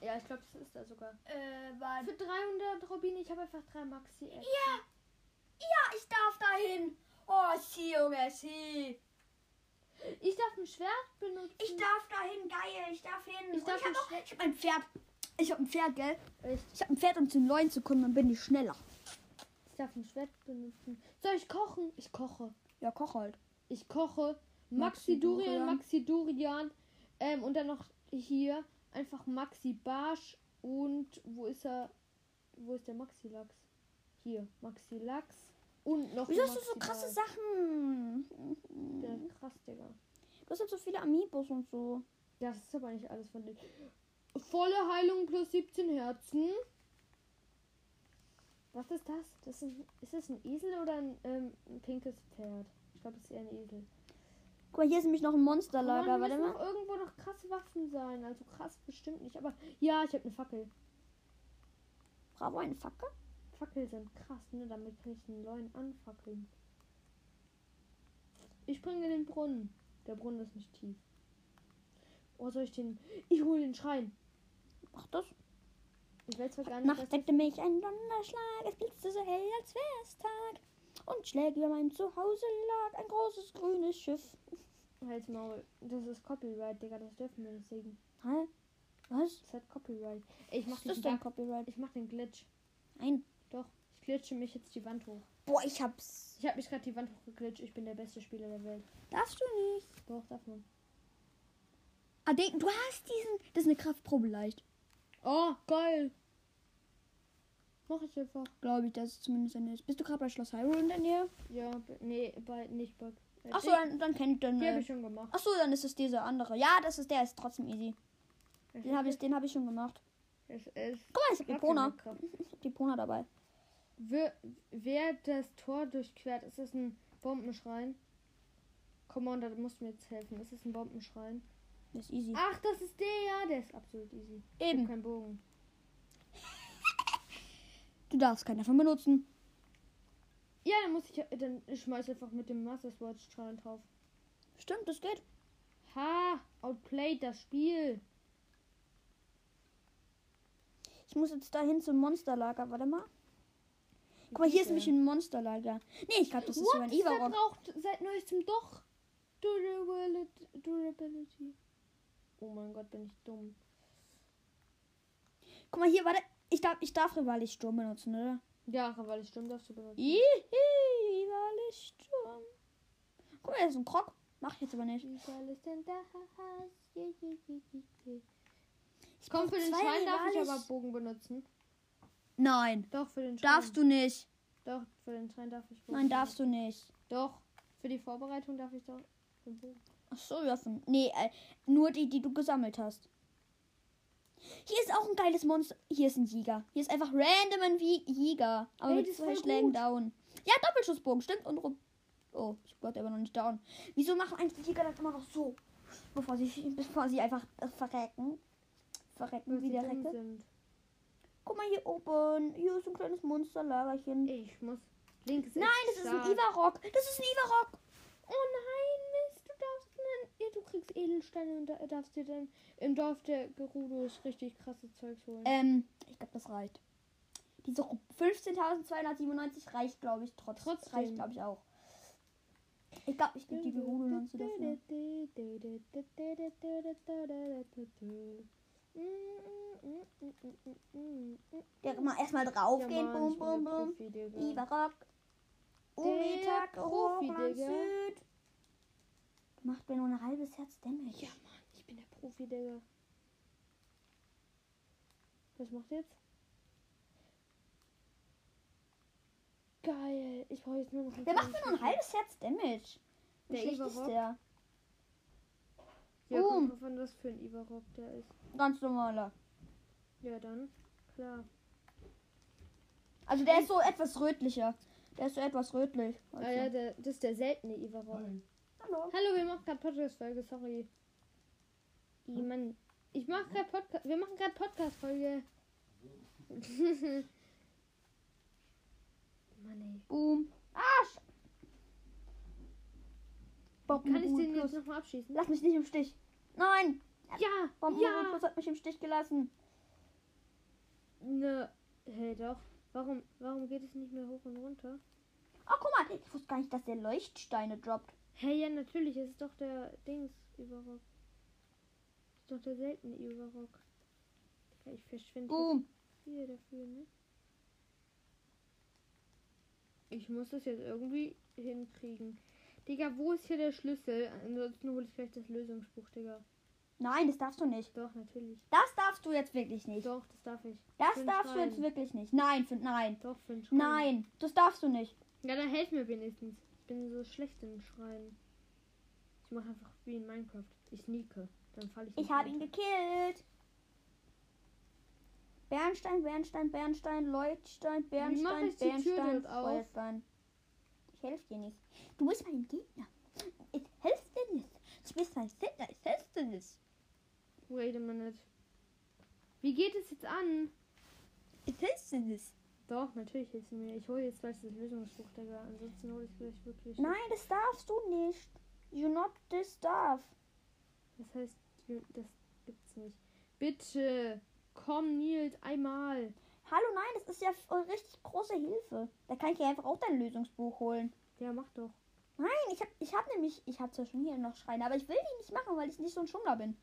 Speaker 1: Ja, ich glaube, das ist da sogar.
Speaker 2: Äh, warte.
Speaker 1: Für 300 Rubine, ich habe einfach drei maxi -Apps.
Speaker 2: Ja! Ja, ich darf da hin! Oh, sie, Junge, sie!
Speaker 1: Ich darf ein Schwert benutzen.
Speaker 2: Ich darf dahin, geil, ich darf hin.
Speaker 1: Ich
Speaker 2: Und
Speaker 1: darf
Speaker 2: ich hab
Speaker 1: nicht
Speaker 2: auch, ich hab ein Pferd. Ich hab ein Pferd, gell?
Speaker 1: Echt,
Speaker 2: Ich hab ein Pferd, um zu neuen zu kommen, dann bin ich schneller.
Speaker 1: ich darf ein Schwert benutzen. Soll ich kochen? Ich koche.
Speaker 2: Ja, koch halt.
Speaker 1: Ich koche.
Speaker 2: Maxi
Speaker 1: Maxi Durian,
Speaker 2: Durian.
Speaker 1: Maxi Durian. Ähm, und dann noch hier einfach Maxi Barsch. Und wo ist er? Wo ist der Maxi Lachs? Hier, Maxi Lachs. Und noch
Speaker 2: Wieso
Speaker 1: ein
Speaker 2: hast du so
Speaker 1: Maxi
Speaker 2: krasse
Speaker 1: Barsch.
Speaker 2: Sachen?
Speaker 1: Der
Speaker 2: Du
Speaker 1: ist krass, Digga.
Speaker 2: hast jetzt so viele Amiibos und so.
Speaker 1: Das ist aber nicht alles von denen. Volle Heilung plus 17 Herzen. Was ist das? das ist, ein, ist das ein Esel oder ein, ähm, ein pinkes Pferd? Ich glaube, es ist eher ein Esel.
Speaker 2: Guck mal, hier ist nämlich noch ein
Speaker 1: Oh Mann,
Speaker 2: Monsterlager.
Speaker 1: hier
Speaker 2: Warte
Speaker 1: müssen
Speaker 2: mal.
Speaker 1: noch irgendwo noch krasse Waffen sein. Also krass bestimmt nicht. Aber ja, ich habe eine Fackel.
Speaker 2: Bravo, eine Fackel.
Speaker 1: Fackeln sind krass, ne? Damit kann ich den neuen anfackeln. Ich springe in den Brunnen. Der Brunnen ist nicht tief. Oh, soll ich den... Ich hole den Schrein.
Speaker 2: Mach das.
Speaker 1: Ich weiß zwar gar nicht, was
Speaker 2: Nacht deckte mich ein Donnerschlag, es blitzte so hell als wär's Tag. Und schräg über meinem Zuhause lag ein großes grünes Schiff.
Speaker 1: Halt's Maul. Das ist Copyright, Digga. Das dürfen wir nicht singen.
Speaker 2: Hä? Was?
Speaker 1: Das hat Copyright. Ey, ich mach,
Speaker 2: Was ist das
Speaker 1: diesen
Speaker 2: denn
Speaker 1: Bug.
Speaker 2: Copyright?
Speaker 1: ich mach den Glitch.
Speaker 2: Nein.
Speaker 1: Doch. Ich glitsche mich jetzt die Wand hoch.
Speaker 2: Boah, ich hab's.
Speaker 1: Ich hab mich gerade die Wand hochgeglitscht. Ich bin der beste Spieler der Welt.
Speaker 2: Darfst du nicht?
Speaker 1: Doch, darf man.
Speaker 2: Ah, den, du hast diesen. Das ist eine Kraftprobe leicht.
Speaker 1: Oh, geil. Mach ich einfach.
Speaker 2: Glaube ich, das ist zumindest eine. Bist du gerade bei Schloss Hyrule in der Nähe?
Speaker 1: Ja, b- nee, bei, nicht Bug. Äh,
Speaker 2: Achso,
Speaker 1: Ding.
Speaker 2: dann, dann kenn ich dann.
Speaker 1: Die hab
Speaker 2: Äh,
Speaker 1: ich schon gemacht.
Speaker 2: Achso, dann ist es dieser andere. Ja, das ist der, ist trotzdem easy. Den habe ich, den hab ich schon gemacht.
Speaker 1: (laughs) Es ist.
Speaker 2: Guck mal, ich hab die Pona.
Speaker 1: Kraft.
Speaker 2: Ich hab die Pona dabei.
Speaker 1: Wer, wer das Tor durchquert, ist das ein Bombenschrein? Commander, du musst mir jetzt helfen. Das ist ein Bombenschrein.
Speaker 2: Das ist easy.
Speaker 1: Ach, das ist der, ja, der ist absolut easy. Ich hab
Speaker 2: Eben.
Speaker 1: keinen Bogen.
Speaker 2: Du darfst keinen davon benutzen.
Speaker 1: Ja, dann muss ich, äh, dann ich schmeiß einfach mit dem Master Sword Strahlen drauf.
Speaker 2: Stimmt, das geht.
Speaker 1: Ha, outplayed das Spiel.
Speaker 2: Ich muss jetzt dahin zum Monsterlager. Warte mal. Guck mal, hier ist nämlich ein Monsterlager. Nee, ich glaube, das ist
Speaker 1: What?
Speaker 2: so ein
Speaker 1: Der
Speaker 2: Ivarok.
Speaker 1: braucht seit neuestem doch Durability. Durability. Oh mein Gott, bin ich dumm.
Speaker 2: Guck mal hier, warte. Ich darf, ich darf rivalig Sturm benutzen, oder?
Speaker 1: Ja, weil ich stimmt, darfst du benutzen.
Speaker 2: Ihi, rivalig Sturm. Guck mal, da ist ein Krog. Mach ich jetzt aber nicht.
Speaker 1: Wie soll es denn da? Je, je, je, je, je.
Speaker 2: Ich
Speaker 1: Komm, für
Speaker 2: brauch
Speaker 1: den
Speaker 2: zwei
Speaker 1: Schein darf ich
Speaker 2: Rivalis-
Speaker 1: aber Bogen benutzen.
Speaker 2: Nein,
Speaker 1: Doch, für den Schein.
Speaker 2: darfst du nicht.
Speaker 1: Doch, für den Schein darf ich Bogen
Speaker 2: Nein, darfst du nicht.
Speaker 1: benutzen. Doch, für die Vorbereitung darf ich doch. den Bogen.
Speaker 2: Ach so, ja. von- Nee, äh, nur die, die du gesammelt hast. Hier ist auch ein geiles Monster. Hier ist ein Jäger. Hier ist einfach random ein Wie- Jäger. Aber
Speaker 1: Ey, das
Speaker 2: mit
Speaker 1: ist
Speaker 2: zwei
Speaker 1: voll
Speaker 2: Schlägen
Speaker 1: gut.
Speaker 2: down. Ja, Doppelschussbogen, stimmt. Und rum. Oh, ich wurde aber noch nicht down. Wieso machen eigentlich Jäger das immer noch so? Bevor sie, bevor sie einfach äh, verrecken. Verrecken
Speaker 1: Weil
Speaker 2: wie
Speaker 1: sie
Speaker 2: der
Speaker 1: dumm
Speaker 2: Recke.
Speaker 1: sind.
Speaker 2: Guck mal hier oben. Hier ist ein kleines Monsterlagerchen.
Speaker 1: Ich muss. Links
Speaker 2: Nein, das ist ein
Speaker 1: stark.
Speaker 2: Ivarok. Das ist ein Ivarok.
Speaker 1: Oh nein, Mist, du darfst nein, ja, du kriegst Edelsteine und da äh, darfst dir dann im Dorf der Gerudos richtig krasse Zeugs holen.
Speaker 2: Ähm, ich glaube, das reicht. Diese Ru- 15.297 reicht, glaube ich, trotz,
Speaker 1: Trotzdem.
Speaker 2: reicht, glaube ich, auch. Ich glaube, ich gebe die Gerudo zu dafür. Der immer erstmal draufgehen,
Speaker 1: Ja, Mann,
Speaker 2: bum,
Speaker 1: ich bin der Profi,
Speaker 2: bum, bum. Oh,
Speaker 1: Digga.
Speaker 2: Ivarok.
Speaker 1: Der
Speaker 2: Umetag,
Speaker 1: Profi,
Speaker 2: Hochland
Speaker 1: Digga.
Speaker 2: Süd. Macht mir nur ein halbes Herz Damage.
Speaker 1: Ja, Mann, ich bin der Profi, Digga. Was macht ihr jetzt? Geil, ich brauche jetzt nur noch. einen
Speaker 2: Der macht mir
Speaker 1: kleinen
Speaker 2: nur ein halbes Herz Damage. Wie
Speaker 1: Der
Speaker 2: schlecht ist
Speaker 1: Ivarok?
Speaker 2: der?
Speaker 1: Ja,
Speaker 2: Um.
Speaker 1: kommt drauf an, was für ein Ivarok da ist.
Speaker 2: Ganz normaler.
Speaker 1: Ja, dann. Klar.
Speaker 2: Also der ist so etwas rötlicher. Der ist so etwas rötlich.
Speaker 1: Ah ja, der, das ist der seltene Ivarok.
Speaker 2: Hallo.
Speaker 1: Hallo, wir machen gerade Podcast-Folge, sorry. I, Mann. Ich mache gerade Podcast. Wir machen gerade Podcast-Folge. (laughs) Mann, ey.
Speaker 2: Boom. Arsch! Bomben
Speaker 1: Kann ich den
Speaker 2: plus.
Speaker 1: jetzt nochmal abschießen?
Speaker 2: Lass mich nicht im Stich. Nein!
Speaker 1: Ja!
Speaker 2: Bomben
Speaker 1: ja!
Speaker 2: plus hat mich im Stich gelassen.
Speaker 1: Ne, hey doch. Warum, warum geht es nicht mehr hoch und runter?
Speaker 2: Oh, guck mal, ich wusste gar nicht, dass der Leuchtsteine droppt.
Speaker 1: Hey, ja, natürlich, es ist doch der Dings Überrock. Ist doch der seltene Überrock. Digga, Ich verschwinde
Speaker 2: Boom.
Speaker 1: hier dafür, ne? Ich muss das jetzt irgendwie hinkriegen. Digga, wo ist hier der Schlüssel? Ansonsten hole ich gleich das Lösungsbuch, Digga.
Speaker 2: Nein, das darfst du nicht.
Speaker 1: Doch, natürlich.
Speaker 2: Das darfst du jetzt wirklich nicht.
Speaker 1: Doch, das darf ich.
Speaker 2: Das
Speaker 1: Fünf
Speaker 2: darfst du
Speaker 1: rein.
Speaker 2: jetzt wirklich nicht. Nein, für, nein.
Speaker 1: Doch, für den Schrein.
Speaker 2: Nein, das darfst du nicht.
Speaker 1: Ja, dann helf mir wenigstens. Ich bin so schlecht im Schreien. Ich mache einfach wie in Minecraft. Ich sneake. Dann falle ich.
Speaker 2: Ich
Speaker 1: nicht
Speaker 2: habe ihn
Speaker 1: runter.
Speaker 2: gekillt. Bernstein, Bernstein, Bernstein, Leuchtstein,
Speaker 1: mach
Speaker 2: Bernstein,
Speaker 1: ich die Tür
Speaker 2: Bernstein,
Speaker 1: dort auf?
Speaker 2: Feuerstein. Ich helfe dir nicht. Du bist mein Gegner. Ich helfe dir nicht. Du bist mein Gegner. Ich helfe dir nicht.
Speaker 1: Wait a minute. Wie geht es jetzt an?
Speaker 2: Ich helfe dir nicht.
Speaker 1: Doch, natürlich hilfst du mir. Ich hole jetzt gleich das Lösungsbuch, Digga. Ansonsten hole ich gleich wirklich.
Speaker 2: Nein, das darfst du nicht. You not this darf.
Speaker 1: Das heißt, wir- das gibt's nicht. Bitte, komm, Nils, einmal.
Speaker 2: Hallo, nein, das ist ja f- richtig große Hilfe. Da kann ich ja einfach auch dein Lösungsbuch holen.
Speaker 1: Ja, mach doch.
Speaker 2: Nein, ich habe ich hab nämlich, ich habe zwar schon hier noch Schreine, aber ich will die nicht machen, weil ich nicht so ein Schummler bin.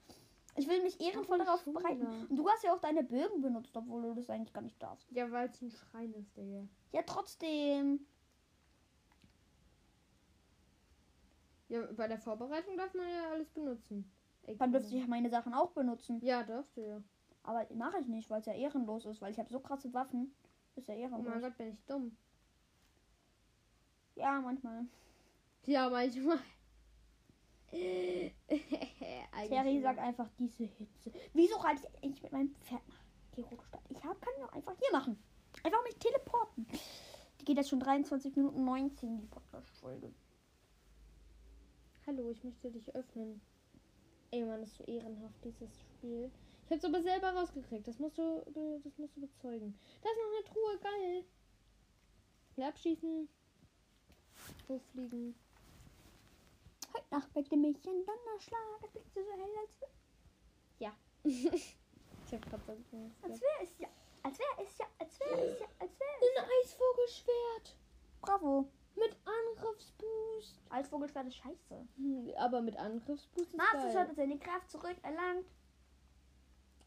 Speaker 2: Ich will mich ehrenvoll
Speaker 1: Warum
Speaker 2: darauf
Speaker 1: Schummler?
Speaker 2: bereiten. Und du hast ja auch deine Bögen benutzt, obwohl du das eigentlich gar nicht darfst.
Speaker 1: Ja, weil es ein Schrein ist, Digga.
Speaker 2: Ja, trotzdem.
Speaker 1: Ja, bei der Vorbereitung darf man ja alles benutzen. Ey,
Speaker 2: Dann dürfte
Speaker 1: komm.
Speaker 2: ich meine Sachen auch benutzen.
Speaker 1: Ja, darfst du ja.
Speaker 2: Aber die mache ich nicht, weil es ja ehrenlos ist, weil ich habe so krasse Waffen. Ist ja
Speaker 1: Oh mein
Speaker 2: ehrenlos.
Speaker 1: Gott, bin ich dumm.
Speaker 2: ja, manchmal.
Speaker 1: Ja, manchmal. (laughs)
Speaker 2: Terry sagt einfach diese Hitze. Wieso reite ich eigentlich mit meinem Pferd nach Geruchstadt? Ich hab, kann doch einfach hier machen. Einfach mich teleporten. Die geht jetzt schon 23 Minuten 19, die Podcast-Folge.
Speaker 5: Hallo, ich möchte dich öffnen. Ey, Mann, ist so ehrenhaft, dieses Spiel. Ich hab's aber selber rausgekriegt. Das musst du, be- das musst du bezeugen. Da ist noch eine Truhe, geil. Will abschießen. Hochfliegen.
Speaker 2: Heute Nacht weckt ihr mich ein Donnerschlag. Es blickt so hell, als,
Speaker 5: Ich hab grad was anderes
Speaker 2: als
Speaker 5: gesagt.
Speaker 2: wäre es ja. Als wäre es ja. Als wäre es ja. Als wäre es.
Speaker 5: Ein Eisvogelschwert
Speaker 2: Bravo.
Speaker 5: mit Angriffsboost.
Speaker 2: Als Vogelschwert ist scheiße.
Speaker 5: Hm, Aber mit Angriffsboost ist
Speaker 2: Mars hat
Speaker 5: geil.
Speaker 2: seine Kraft zurück erlangt.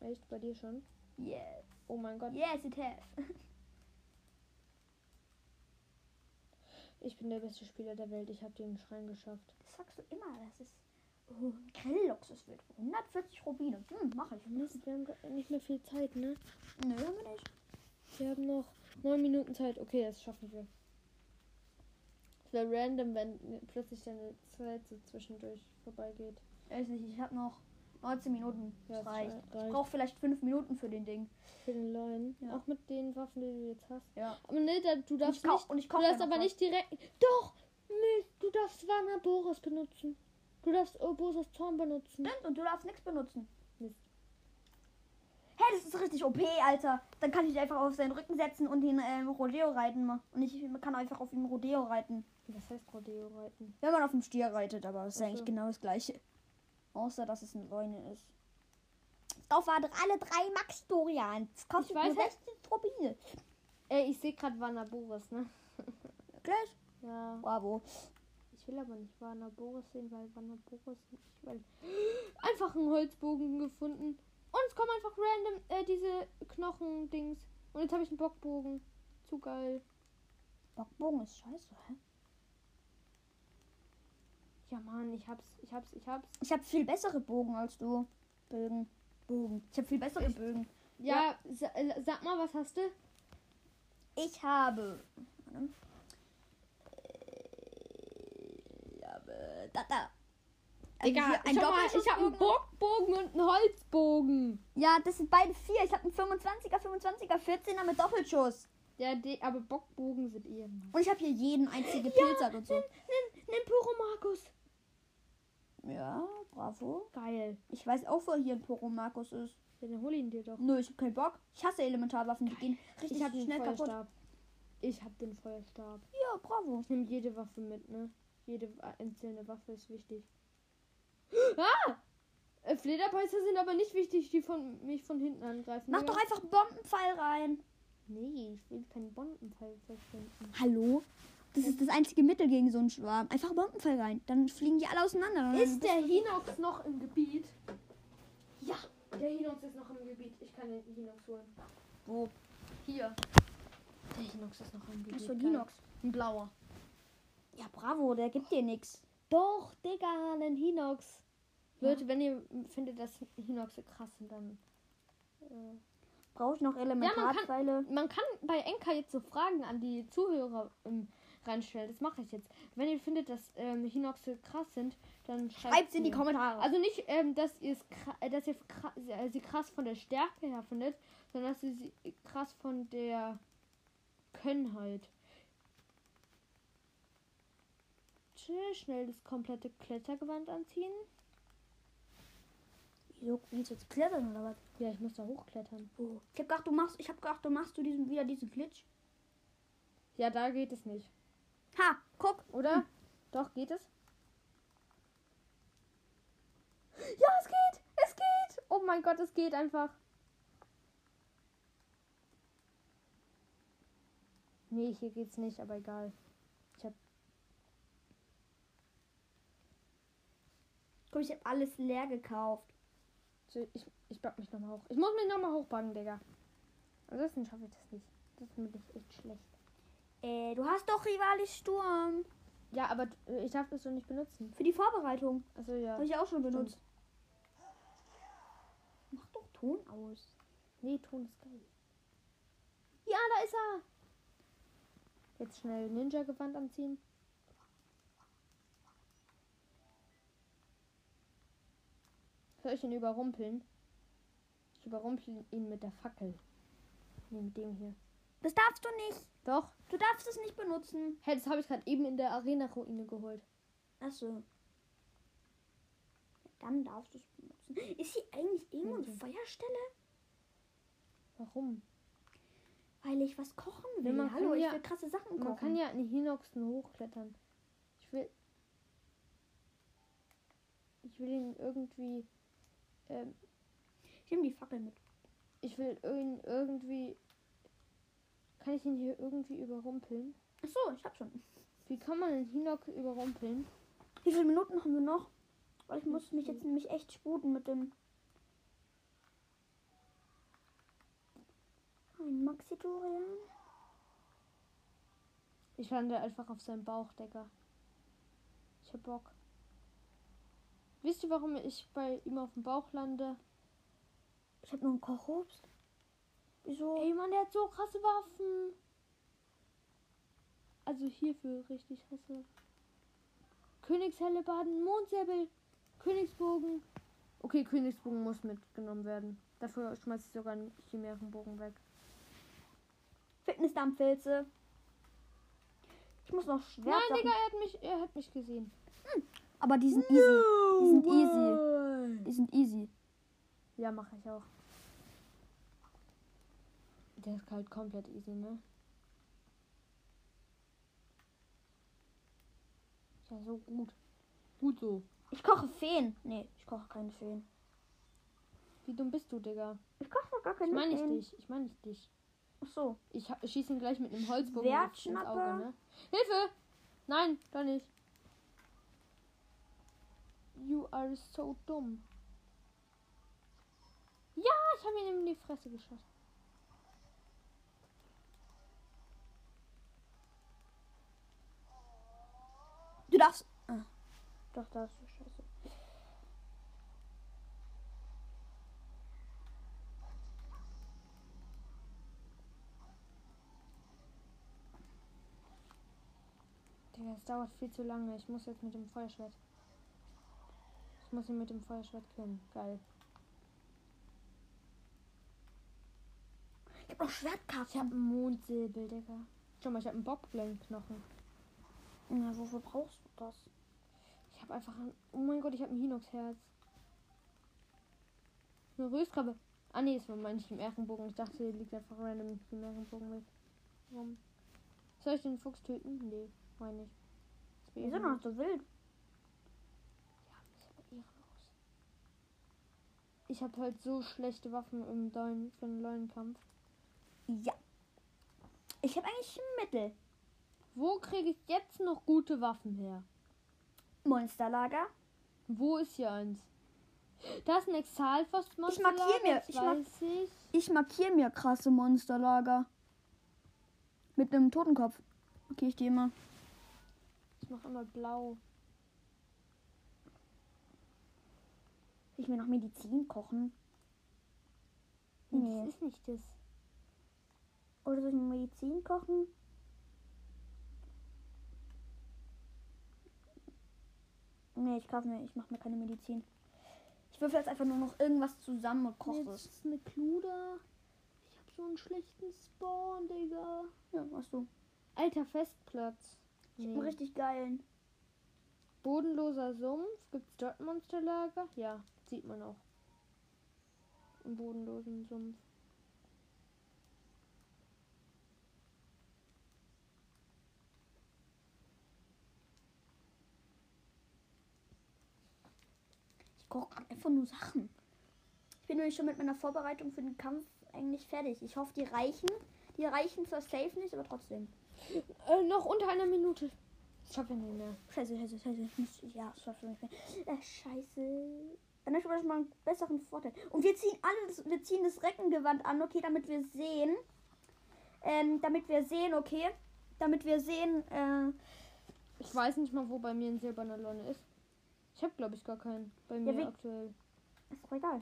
Speaker 5: Echt bei dir schon?
Speaker 2: Yes.
Speaker 5: Oh mein Gott,
Speaker 2: Yes, it has.
Speaker 5: ich bin der beste Spieler der Welt. Ich habe den Schrein geschafft.
Speaker 2: Das sagst du immer. Das ist. Oh, Grillluxus wird für 140 Rubine. Hm, mach ich. Nö,
Speaker 5: Mist, wir haben gar nicht mehr viel Zeit, ne?
Speaker 2: haben wir nicht.
Speaker 5: Wir haben noch neun Minuten Zeit. Okay, das schaffen wir. Es wäre random, wenn plötzlich deine Zeit so zwischendurch vorbeigeht.
Speaker 2: Weiß nicht, ich habe noch 19 Minuten.
Speaker 5: Ja,
Speaker 2: Das
Speaker 5: es
Speaker 2: reicht.
Speaker 5: rei-
Speaker 2: Ich brauche vielleicht 5 Minuten für den Ding.
Speaker 5: für den Leuen.
Speaker 2: Ja.
Speaker 5: Auch mit den Waffen, die du jetzt hast.
Speaker 2: Ja.
Speaker 5: Aber ne, da, du
Speaker 2: Und ich
Speaker 5: darfst
Speaker 2: kauf,
Speaker 5: nicht.
Speaker 2: und ich
Speaker 5: Du
Speaker 2: kauf mir
Speaker 5: darfst
Speaker 2: noch
Speaker 5: aber
Speaker 2: was.
Speaker 5: nicht direkt. Doch! Mist, du darfst Warner Boris benutzen. Du darfst Urbosos Zorn benutzen.
Speaker 2: Stimmt, und du darfst nichts benutzen.
Speaker 5: Mist.
Speaker 2: Hä, das ist richtig OP, Alter. Dann kann ich dich einfach auf seinen Rücken setzen und ihn ähm, Rodeo reiten. ma- Und ich kann einfach auf ihn Rodeo reiten.
Speaker 5: Was heißt Rodeo reiten?
Speaker 2: Wenn man auf dem Stier reitet, aber es ist
Speaker 5: Ach
Speaker 2: eigentlich
Speaker 5: so.
Speaker 2: genau das gleiche. Außer, dass es eine Leune ist. Darauf warten alle drei Max-Dorian. Das kostet
Speaker 5: weiß
Speaker 2: nur
Speaker 5: halt-
Speaker 2: 16 Rubine.
Speaker 5: Ey, ich sehe gerade Warner Boris, ne?
Speaker 2: Gleich.
Speaker 5: Ja.
Speaker 2: Bravo.
Speaker 5: Ich will aber nicht Warner Boris sehen, weil Warner Boris nicht, weil (gasps) einfach einen Holzbogen gefunden. Und es kommen einfach random äh, diese Knochen-Dings. Und jetzt habe ich einen Bockbogen. Zu geil.
Speaker 2: Bockbogen ist scheiße, hä?
Speaker 5: Ja, Mann, ich hab's, ich hab's, ich hab's.
Speaker 2: Ich habe viel bessere Bogen als du. Bögen. Bogen. Ich habe viel bessere Bögen.
Speaker 5: Ja, sa äh, sag mal, was hast du?
Speaker 2: Ich habe. Warte. Ich habe. Da, da. Ähm,
Speaker 5: Egal,
Speaker 2: ein
Speaker 5: ich hab, mal, ich hab einen
Speaker 2: Doppelschussbogen.
Speaker 5: Bockbogen und einen Holzbogen.
Speaker 2: Ja, das sind beide vier. Ich habe einen 25er, 25er, 14er mit Doppelschuss.
Speaker 5: Ja, die, aber Bockbogen sind eh eher.
Speaker 2: Und ich habe hier jeden einzigen gepilzert und so.
Speaker 5: Nimm Pyromarkus.
Speaker 2: Ja, bravo.
Speaker 5: Geil.
Speaker 2: Ich weiß auch, wo hier ein Poromarkus ist.
Speaker 5: Ja, Dann hol ihn dir doch.
Speaker 2: Nö, ich habe keinen Bock. Ich hasse Elementarwaffen. Die gehen richtig
Speaker 5: Ich hab den
Speaker 2: schnell kaputt.
Speaker 5: Feuerstab. Ich hab den Feuerstab.
Speaker 2: Ja, bravo.
Speaker 5: Ich nehme jede Waffe mit, ne? Jede wa- einzelne Waffe ist wichtig. Ah! Äh, Flederpäuser sind aber nicht wichtig, die von mich von hinten angreifen.
Speaker 2: Mach doch einfach einen Bombenpfeil rein.
Speaker 5: Nee, ich will keinen Bombenpfeil verschwenden.
Speaker 2: Hallo? Das ist das einzige Mittel gegen so einen Schwarm. Einfach einen Bombenpfeil rein. Dann fliegen die alle auseinander.
Speaker 5: Ist der Hinox noch im Gebiet? Ja, der Hinox ist noch im Gebiet. Ich kann den Hinox holen.
Speaker 2: wo?
Speaker 5: Hier. Der Hinox ist noch im Gebiet.
Speaker 2: Achso,
Speaker 5: geil.
Speaker 2: Linux.
Speaker 5: Ein blauer.
Speaker 2: Ja, bravo, der gibt dir nichts.
Speaker 5: Doch, Digga, ein Hinox. Leute, wenn ihr findet, dass Hinox so krass sind, dann. Äh,
Speaker 2: Brauche ich noch Elementarpfeile?
Speaker 5: Man kann bei Enka jetzt so Fragen an die Zuhörer ähm, reinstellen. Das mache ich jetzt. Wenn ihr findet, dass ähm, Hinoxe krass sind, dann schreibt
Speaker 2: Schreibt's in die
Speaker 5: mir.
Speaker 2: Kommentare.
Speaker 5: Also nicht, ähm, dass, ihr's kra- äh, dass ihr kra äh, sie krass von der Stärke her findet, sondern dass ihr sie krass von der halt. Könnheit. Chill, schnell das komplette Klettergewand anziehen.
Speaker 2: wieso willst du jetzt klettern oder was?
Speaker 5: Ja, ich muss da hochklettern.
Speaker 2: Oh. Ich hab gedacht, du machst, ich hab gedacht, du machst du diesen, wieder diesen Glitch.
Speaker 5: Ja, da geht es nicht.
Speaker 2: Ha, guck.
Speaker 5: Oder? Hm. Doch, geht es? Ja, es geht! Es geht! Oh mein Gott, es geht einfach. Nee, hier geht's nicht, aber egal. Ich hab.
Speaker 2: Guck, ich hab alles leer gekauft.
Speaker 5: so, Ich, ich back mich nochmal hoch. Ich muss mich nochmal hochbacken, Digga. Ansonsten schaffe ich das nicht. Das ist mir nicht echt schlecht.
Speaker 2: Äh, du hast doch Rivalis Sturm.
Speaker 5: Ja, aber äh, ich darf das so nicht benutzen.
Speaker 2: Für die Vorbereitung.
Speaker 5: Also ja.
Speaker 2: Habe ich auch schon benutzt. Mach doch Ton aus.
Speaker 5: Nee, Ton ist geil. Ja, da ist er. Jetzt schnell Ninja-Gewand anziehen. Soll ich ihn überrumpeln? Ich überrumpel ihn mit der Fackel. Nee, mit dem hier.
Speaker 2: Das darfst du nicht.
Speaker 5: Doch.
Speaker 2: Du darfst es nicht benutzen.
Speaker 5: Hey, das habe ich gerade eben in der Arena-Ruine geholt.
Speaker 2: Achso. Dann darfst du es benutzen. Ist hier eigentlich irgendwo eine
Speaker 5: Mhm.
Speaker 2: Feuerstelle?
Speaker 5: Warum?
Speaker 2: Weil ich was kochen will.
Speaker 5: Ja, man
Speaker 2: Hallo,
Speaker 5: kann
Speaker 2: ich
Speaker 5: ja-
Speaker 2: will krasse Sachen
Speaker 5: Man
Speaker 2: kochen.
Speaker 5: kann ja in Hinoxen hochklettern. Ich will. Ich will ihn irgendwie. Ähm,
Speaker 2: ich nehme die Fackel mit.
Speaker 5: ich will ihn irgendwie. Kann ich ihn hier irgendwie überrumpeln?
Speaker 2: Achso, ich hab schon.
Speaker 5: Wie kann man einen Hinox überrumpeln?
Speaker 2: Wie viele Minuten haben wir noch? Weil ich muss mich jetzt nämlich echt sputen mit dem. Ein Maxi-Dorian.
Speaker 5: Ich lande einfach auf seinem Bauch, Digga. Ich hab Bock. Wisst ihr, warum ich bei ihm auf dem Bauch lande?
Speaker 2: Ich habe noch einen Kochobst. Wieso?
Speaker 5: Ey, Mann, der hat so krasse Waffen. Also hierfür richtig hasse. Königshellebarden, Mondsäbel, Königsbogen. Okay, Königsbogen muss mitgenommen werden. Dafür schmeiß ich sogar einen Chimärenbogen weg.
Speaker 2: Fitnessdarmpfilze. Ich muss noch
Speaker 5: Nein, Digga,
Speaker 2: Schwertsachen.
Speaker 5: er hat mich, er hat mich gesehen.
Speaker 2: Aber die sind easy. Die sind easy.
Speaker 5: easy.
Speaker 2: Die sind easy.
Speaker 5: Ja, mache ich auch. Der ist halt komplett easy, ne? Ist Ja, so gut. Gut so.
Speaker 2: Ich koche Feen. Nee, ich koche keine Feen.
Speaker 5: Wie dumm bist du, Digga?
Speaker 2: Ich koche doch gar
Speaker 5: Ich
Speaker 2: keine
Speaker 5: meine nicht
Speaker 2: Feen.
Speaker 5: dich. Ich meine nicht dich.
Speaker 2: Ach so.
Speaker 5: Ich ha- schieß ihn gleich mit einem Holzbogen auf- ins
Speaker 2: Schwertschnappe.
Speaker 5: Auge, ne? Hilfe! Nein, doch nicht. You are so dumm. Ja, ich habe ihn in die Fresse geschossen.
Speaker 2: Du darfst. Ah. Doch, darfst du. Scheiße.
Speaker 5: Digga, es dauert viel zu lange. Ich muss jetzt mit dem Feuerschwert. Ich muss ihn mit dem Feuerschwert killen. Geil.
Speaker 2: Ich hab noch Schwertkarten.
Speaker 5: Ich habe einen Mondsäbel, Digga. Schau mal, ich habe einen Bockblenknochen.
Speaker 2: Na, wofür brauchst du das?
Speaker 5: Ich habe einfach ein. Oh mein Gott, ich habe ein Hinox-Herz. Eine Röskrabbe. Ah nee, es war mein Chimärenbogen. Ich dachte, hier liegt einfach random ein Chimärenbogen mit. Rum. Soll ich den Fuchs töten? Nee, meine ich. Ist mir
Speaker 2: Die sind
Speaker 5: ehrenlos.
Speaker 2: noch so wild.
Speaker 5: Ja, ist aber ehrenlos. Ich habe halt so schlechte Waffen im Dollen, für den Leuenkampf.
Speaker 2: Ja. Ich habe eigentlich Mittel.
Speaker 5: Wo kriege ich jetzt noch gute Waffen her?
Speaker 2: Monsterlager.
Speaker 5: Wo ist hier eins? Da ist ein Exalfos-Monster.
Speaker 2: Ich markier mir- ich
Speaker 5: Ich
Speaker 2: mark-
Speaker 5: weiß ich.
Speaker 2: Ich markiere mir krasse Monsterlager. Mit einem Totenkopf. Okay, ich die immer.
Speaker 5: Ich mache immer blau.
Speaker 2: Ich will noch Medizin kochen.
Speaker 5: Nee.
Speaker 2: Nee.
Speaker 5: Das ist Hm, nicht das.
Speaker 2: Oder soll ich mir Medizin kochen? Nee, ich kaufe mir, ich mache mir keine Medizin. Ich würfel jetzt einfach nur noch irgendwas zusammen und koche
Speaker 5: Jetzt
Speaker 2: es.
Speaker 5: ist eine Kluder. Ich hab so einen schlechten Spawn, Digga.
Speaker 2: Ja, ach so.
Speaker 5: Alter Festplatz.
Speaker 2: Ich hab einen
Speaker 5: Nee.
Speaker 2: richtig geilen.
Speaker 5: Bodenloser Sumpf. Gibt's dort Monsterlager? Ja, sieht man auch. Im bodenlosen Sumpf.
Speaker 2: Ich koche einfach nur Sachen. Ich bin nämlich schon mit meiner Vorbereitung für den Kampf eigentlich fertig. Ich hoffe, die reichen. Die reichen zwar safe nicht, aber trotzdem.
Speaker 5: Äh, noch unter einer Minute. Ich hab ihn nicht mehr.
Speaker 2: Scheiße, scheiße, scheiße. Ich muss, ja, es war schon nicht mehr. Äh, scheiße. Dann habe ich aber schon mal einen besseren Vorteil. Und wir ziehen alles, wir ziehen das Reckengewand an, okay, damit wir sehen. Ähm, damit wir sehen, okay. Damit wir sehen, äh,
Speaker 5: Ich weiß nicht mal, wo bei mir ein silberner Lonne ist. Ich hab, glaube ich, gar keinen bei mir
Speaker 2: wie-
Speaker 5: aktuell.
Speaker 2: ist doch egal.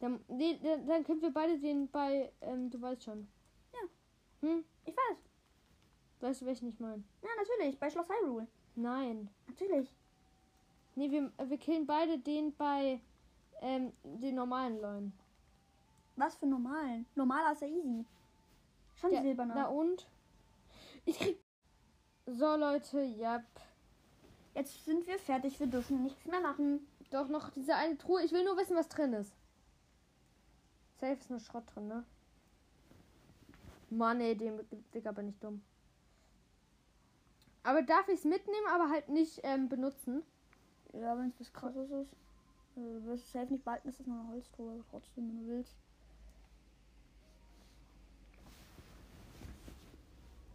Speaker 5: Dann, nee, dann dann können wir beide den bei, ähm, du weißt schon.
Speaker 2: Ja.
Speaker 5: Hm?
Speaker 2: Ich weiß.
Speaker 5: Weißt du, welchen ich meine?
Speaker 2: Ja, natürlich, bei Schloss Hyrule.
Speaker 5: Nein.
Speaker 2: Natürlich.
Speaker 5: Nee, wir, äh, wir killen beide den bei ähm, den normalen Leuten.
Speaker 2: Was für normalen? Normaler ist ja easy. Schon
Speaker 5: Der- Na
Speaker 2: silberner.
Speaker 5: und? Ich krieg. So, Leute, ja.
Speaker 2: Jetzt sind wir fertig, wir dürfen nichts mehr machen.
Speaker 1: Doch noch diese eine Truhe. Ich will nur wissen, was drin ist. Safe ist nur Schrott drin, ne? Mann, ey, den Digga bin ich dumm. Aber darf ich es mitnehmen, aber halt nicht ähm, benutzen?
Speaker 2: Ja, wenn es was krasses ist. Also, Du wirst es safe nicht behalten, es ist nur eine Holztruhe, aber trotzdem, wenn du willst.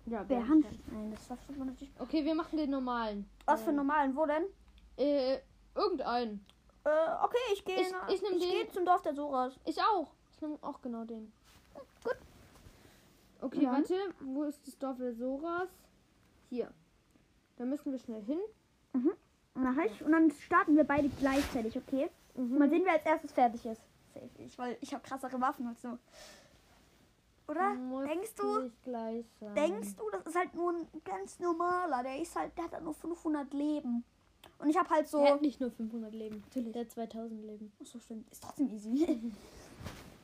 Speaker 1: Ja,
Speaker 2: Nein, das darfst du aber natürlich.
Speaker 1: Okay, wir machen den normalen.
Speaker 2: Was für einen normalen, wo denn?
Speaker 1: Äh, irgendeinen.
Speaker 2: Äh, okay, ich gehe
Speaker 1: Ich- ich nehm den-
Speaker 2: geh zum Dorf der Soras.
Speaker 1: Ich auch. Ich nehme auch genau den. Mhm.
Speaker 2: Gut.
Speaker 1: Okay,
Speaker 2: Dann.
Speaker 1: warte. Wo ist das Dorf der Soras? Hier. Da müssen wir schnell hin.
Speaker 2: Und dann, halt, und dann starten wir beide gleichzeitig, okay? Mal sehen, wer als erstes fertig ist. Mhm. Safe. Ich, weil ich habe krassere Waffen als du. Oder?
Speaker 1: Muss
Speaker 2: denkst du?
Speaker 1: nicht gleich sein.
Speaker 2: Denkst du, das ist halt nur ein ganz normaler. Der ist halt, der hat halt nur 500 Leben. Und ich habe halt so.
Speaker 1: Der hat nicht nur 500 Leben.
Speaker 2: Natürlich.
Speaker 1: Der hat 2000 Leben.
Speaker 2: Ach so stimmt. Ist trotzdem easy. (laughs)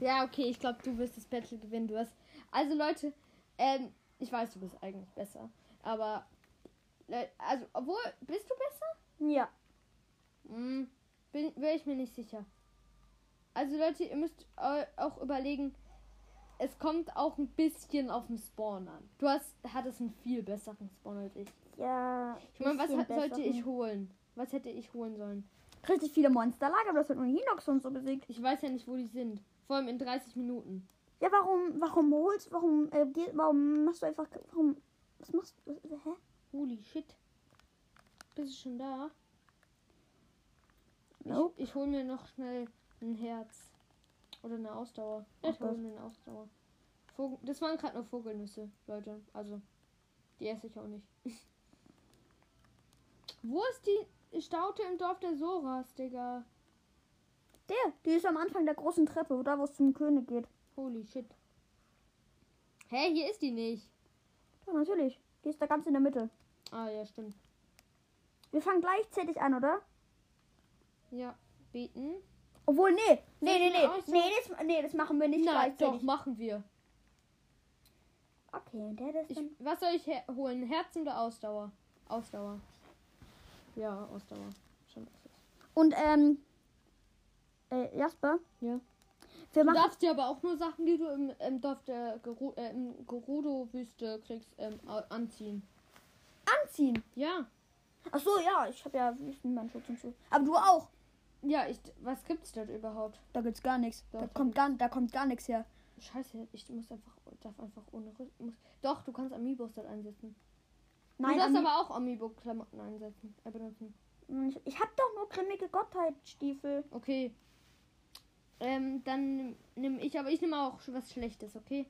Speaker 1: Ja, okay, ich glaube, du wirst das Battle gewinnen. Du hast. Also, Leute, ähm, ich weiß, du bist eigentlich besser. Aber. Le- Also, obwohl, bist du besser?
Speaker 2: ja.
Speaker 1: Hm, bin, bin ich mir nicht sicher. Also Leute, ihr müsst eu- auch überlegen, es kommt auch ein bisschen auf den Spawn an. Du hast, hattest einen viel besseren Spawn als ich.
Speaker 2: Ja.
Speaker 1: Ich meine, was
Speaker 2: bisschen
Speaker 1: hat, sollte
Speaker 2: besseren.
Speaker 1: ich holen? Was hätte ich holen sollen?
Speaker 2: Richtig viele Monsterlager, aber das hat nur Hinox und so besiegt.
Speaker 1: Ich weiß ja nicht, wo die sind. Vor allem in 30 Minuten.
Speaker 2: Ja, warum, warum holst, warum, äh, geh- warum machst du einfach, warum, was machst du, hä?
Speaker 1: Holy shit. Bist du schon da?
Speaker 2: Nope.
Speaker 1: Ich, ich hole mir noch schnell ein Herz. Oder eine Ausdauer. Ja, ich
Speaker 2: Mach das.
Speaker 1: hole mir eine Ausdauer. Vogel, das waren gerade nur Vogelnüsse, Leute. Also, die esse ich auch nicht. Wo ist die Staute im Dorf der Soras, Digga?
Speaker 2: Der, die ist am Anfang der großen Treppe, da wo es zum König geht.
Speaker 1: Holy shit. Hä, hier ist die nicht.
Speaker 2: Ja, natürlich. Die ist da ganz in der Mitte.
Speaker 1: Ah, ja, stimmt.
Speaker 2: Wir fangen gleichzeitig an, oder?
Speaker 1: Ja, beten.
Speaker 2: Obwohl, nee. Nee, nee,
Speaker 1: Sollten
Speaker 2: nee.
Speaker 1: wir auch so-
Speaker 2: Nee das, nee, das machen wir nicht
Speaker 1: Nein, doch,
Speaker 2: gleichzeitig.
Speaker 1: machen wir.
Speaker 2: Okay, und der, das
Speaker 1: Ich,
Speaker 2: dann.
Speaker 1: was soll ich her holen? Herz oder Ausdauer? Ausdauer. Ja, Ausdauer. Schon ist es.
Speaker 2: Und, ähm, äh, Jasper?
Speaker 1: Ja. Du
Speaker 2: Wir machen,
Speaker 1: darfst dir aber auch nur Sachen, die du im, im Dorf der Geru äh, im Gerudo-Wüste kriegst, ähm, au- anziehen.
Speaker 2: anziehen.
Speaker 1: Ja.
Speaker 2: Ach so, ja, ich habe ja Wüstenmannschutz und so. Aber du auch.
Speaker 1: Ja, ich. Was gibt's dort überhaupt?
Speaker 2: Da gibt's gar nichts. Da
Speaker 1: Doch.
Speaker 2: kommt gar, da kommt gar nichts her.
Speaker 1: Scheiße, ich muss einfach. darf einfach ohne Rüst- muss, Doch, du kannst Amiibos dort einsetzen.
Speaker 2: Nein,
Speaker 1: du darfst
Speaker 2: Ami-
Speaker 1: aber auch Amiibo-Klamotten einsetzen. Äh, benutzen.
Speaker 2: ich, ich hab doch nur grimmige Gottheitstiefel.
Speaker 1: Okay. Ähm, dann nehme ich, aber ich nehme auch sch- was Schlechtes, okay?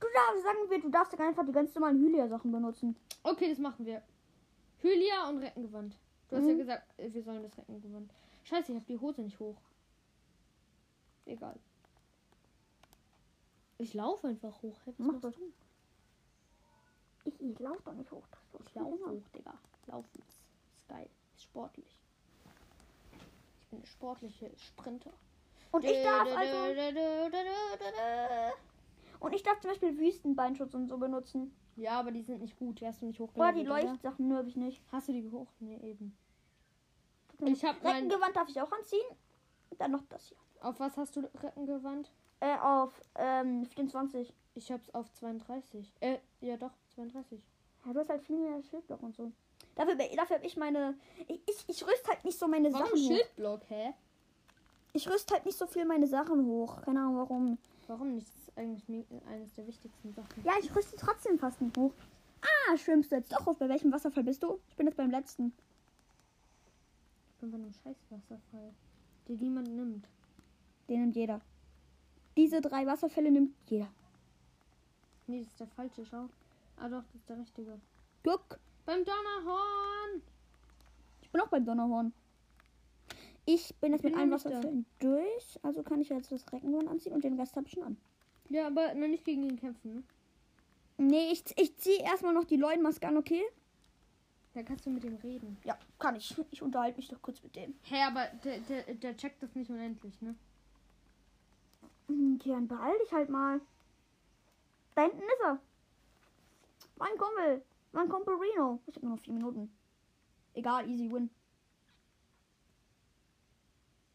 Speaker 2: Du darfst, sagen wir, du darfst doch einfach die ganz normalen Hylia-Sachen benutzen.
Speaker 1: Okay, das machen wir. Hylia und Reckengewand. Du hast ja
Speaker 2: Mhm.
Speaker 1: gesagt, äh, wir sollen das Reckengewand. Scheiße, ich hab die Hose nicht hoch. Egal. Ich laufe einfach hoch. Hä, was
Speaker 2: Mach
Speaker 1: machst
Speaker 2: das.
Speaker 1: du?
Speaker 2: Ich, ich lauf doch nicht hoch. Das ist doch
Speaker 1: Ich
Speaker 2: viel
Speaker 1: laufe
Speaker 2: länger.
Speaker 1: hoch, Digga. Laufen ist, ist geil. Ist sportlich. Ich bin eine sportliche Sprinter.
Speaker 2: Und ich darf
Speaker 1: Dö, dö, dö,
Speaker 2: also.
Speaker 1: dö, dö, dö, dö.
Speaker 2: Und ich darf zum Beispiel Wüstenbeinschutz und so benutzen.
Speaker 1: Ja, aber die sind nicht gut. Die hast du nicht
Speaker 2: Oder
Speaker 1: hochgelevelt,
Speaker 2: die
Speaker 1: oder?
Speaker 2: Leuchtsachen, nur habe ich nicht.
Speaker 1: Hast du die hoch? Nee, eben.
Speaker 2: Das
Speaker 1: Ich hab mein-
Speaker 2: Reckengewand darf ich auch anziehen. Und dann noch das hier.
Speaker 1: Auf was hast du Reckengewand?
Speaker 2: Äh, auf ähm, 24.
Speaker 1: Ich hab's auf 32. Äh, ja doch, 32.
Speaker 2: Ja, du hast halt viel mehr Schildblock und so. Dafür, dafür habe ich meine. Ich, ich, ich rüst halt nicht so meine
Speaker 1: Warum
Speaker 2: Sachen hoch.
Speaker 1: Schildblock, hä?
Speaker 2: Ich rüst halt nicht so viel meine Sachen hoch. Keine Ahnung warum.
Speaker 1: Warum nicht? Das ist eigentlich mi- eines der wichtigsten Sachen.
Speaker 2: Ja, ich rüste trotzdem fast nicht hoch. Ah, schwimmst du jetzt doch auf. Bei welchem Wasserfall bist du? Ich bin jetzt beim letzten.
Speaker 1: Ich bin bei einem Scheißwasserfall, den niemand nimmt.
Speaker 2: Den nimmt jeder. Diese drei Wasserfälle nimmt jeder.
Speaker 1: Nee, das ist der falsche, schau. Ah doch, das ist der richtige.
Speaker 2: Guck,
Speaker 1: Beim Donnerhorn!
Speaker 2: ich bin auch beim Donnerhorn. Ich bin jetzt
Speaker 1: bin
Speaker 2: mit
Speaker 1: noch
Speaker 2: allen
Speaker 1: nicht da.
Speaker 2: Wasserfällen durch. Also kann ich jetzt das Reckengehorn anziehen und den Rest habe ich schon an.
Speaker 1: Ja, aber noch nicht gegen ihn kämpfen, ne?
Speaker 2: Nee, ich, ich ziehe erstmal noch die Leuenmaske an, okay?
Speaker 1: Da kannst du mit ihm reden.
Speaker 2: Ja, kann ich. Ich unterhalte mich doch kurz mit dem.
Speaker 1: Hä, aber der, der, der checkt das nicht unendlich, ne?
Speaker 2: Okay, dann beeil dich halt mal. Da hinten ist er. Mein Kumpel. Mein Kumpel Reno. Ich habe nur noch vier Minuten. Egal, easy win.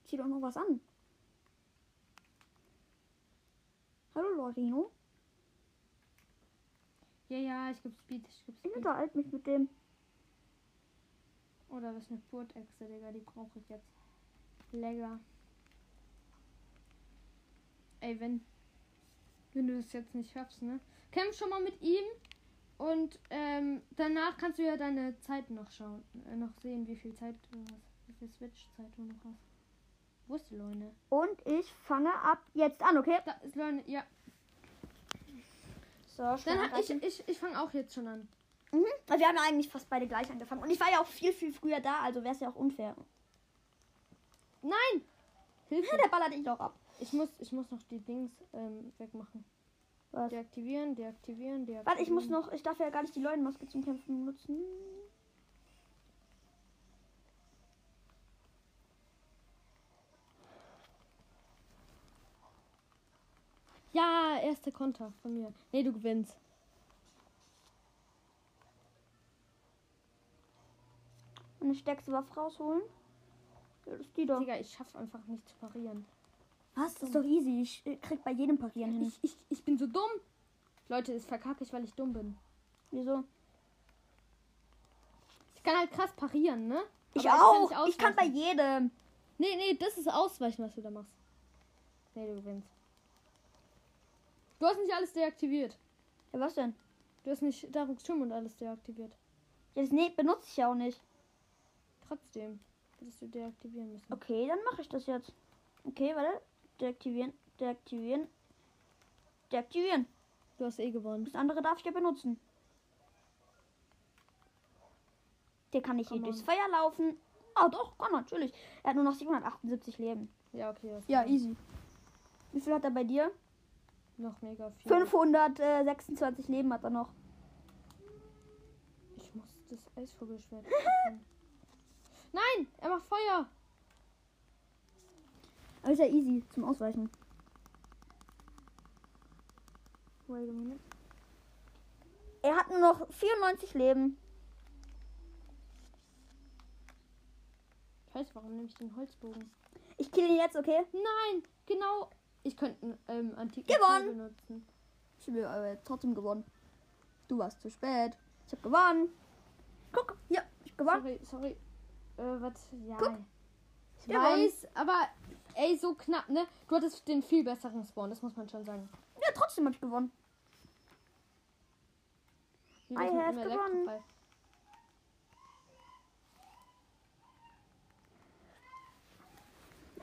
Speaker 2: zieh doch noch was an. Hallo Lorino.
Speaker 5: Ja, ja, ich geb Speed, ich geb
Speaker 2: Ich
Speaker 5: Speed.
Speaker 2: unterhalte mich mit dem.
Speaker 5: Oder was mit Burtechse, Digga, die brauche ich jetzt. Lecker. Ey, wenn, wenn du das jetzt nicht schaffst, ne? Kämpf schon mal mit ihm und ähm, danach kannst du ja deine Zeit noch schauen, äh, noch sehen, wie viel Zeit du hast, wie viel Switch-Zeit du noch hast. Wo ist die Leune?
Speaker 2: Und ich fange ab jetzt an, okay?
Speaker 5: Da ist Leune, ja.
Speaker 2: So,
Speaker 5: Dann
Speaker 2: schnell.
Speaker 5: ha- ich, ich, ich fange auch jetzt schon an.
Speaker 2: Mhm. Also wir haben ja eigentlich fast beide gleich angefangen. Und ich war ja auch viel, viel früher da, also wäre es ja auch unfair.
Speaker 5: Nein! Hilfe!
Speaker 2: Der ballert dich doch ab.
Speaker 5: Ich muss, ich muss noch die Dings ähm, wegmachen.
Speaker 2: Was?
Speaker 5: Deaktivieren, deaktivieren, deaktivieren.
Speaker 2: Warte, ich muss noch, ich darf ja gar nicht die Leuenmaske zum Kämpfen nutzen.
Speaker 5: Ja, erster Konter von mir. Nee, du gewinnst.
Speaker 2: Und eine stärkste Waffe rausholen. Ja, das ist die doch.
Speaker 5: Digga, ich schaff einfach nicht zu parieren.
Speaker 2: Was? Das ist doch easy. Ich äh, krieg bei jedem Parieren hin.
Speaker 5: Ich, ich, ich bin so dumm. Leute, es verkacke ich, weil ich dumm bin.
Speaker 2: Wieso?
Speaker 5: Ich kann halt krass parieren, ne?
Speaker 2: Ich
Speaker 5: Aber
Speaker 2: auch.
Speaker 5: ich kann nicht
Speaker 2: ich kann bei
Speaker 5: ausweichen.
Speaker 2: jedem.
Speaker 5: Nee, nee, das ist Ausweichen, was du da machst. Nee, du gewinnst. Du hast nicht alles deaktiviert.
Speaker 2: Ja, was denn?
Speaker 5: Du hast nicht Darungs Schirm und alles deaktiviert.
Speaker 2: Jetzt nee, benutze ich ja auch nicht.
Speaker 5: Trotzdem hättest du deaktivieren müssen.
Speaker 2: Okay, dann mache ich das jetzt. Okay, warte. Deaktivieren, deaktivieren, deaktivieren.
Speaker 5: Du hast eh gewonnen.
Speaker 2: Das andere darf ich ja benutzen. Der kann nicht hier
Speaker 5: Come
Speaker 2: durchs Feuer laufen. Ah, doch, kann er, natürlich. Er hat nur noch 778 Leben.
Speaker 5: Ja, okay. Das
Speaker 2: easy. Wie viel hat er bei dir?
Speaker 5: Noch mega viel.
Speaker 2: 526 Leben hat er noch.
Speaker 5: Ich muss das
Speaker 2: (laughs)
Speaker 5: Eisvogelschwert. öffnen. Nein, er macht Feuer.
Speaker 2: Aber ist ja easy zum Ausweichen.
Speaker 5: Wait a minute.
Speaker 2: Er hat nur noch 94 Leben.
Speaker 5: Scheiße, warum nehme ich den Holzbogen?
Speaker 2: Ich kill ihn jetzt, okay?
Speaker 5: Nein, genau. Ich könnte einen ähm, antiken
Speaker 2: Gewonnen.
Speaker 5: Pfeil benutzen.
Speaker 2: Ich habe aber trotzdem gewonnen. Du warst zu spät. Ich habe gewonnen. Guck, hier, ich hab gewonnen.
Speaker 5: Sorry, sorry. Äh, was? Ja.
Speaker 2: Guck.
Speaker 5: Ich
Speaker 2: Gewonnen.
Speaker 5: weiß, aber ey, so knapp, ne? Du hattest den viel besseren Spawn, das muss man schon sagen.
Speaker 2: Ja, trotzdem habe ich gewonnen.
Speaker 5: Wie
Speaker 2: I
Speaker 5: wär's mit
Speaker 2: have
Speaker 5: einem
Speaker 2: gewonnen.
Speaker 5: Elektroball?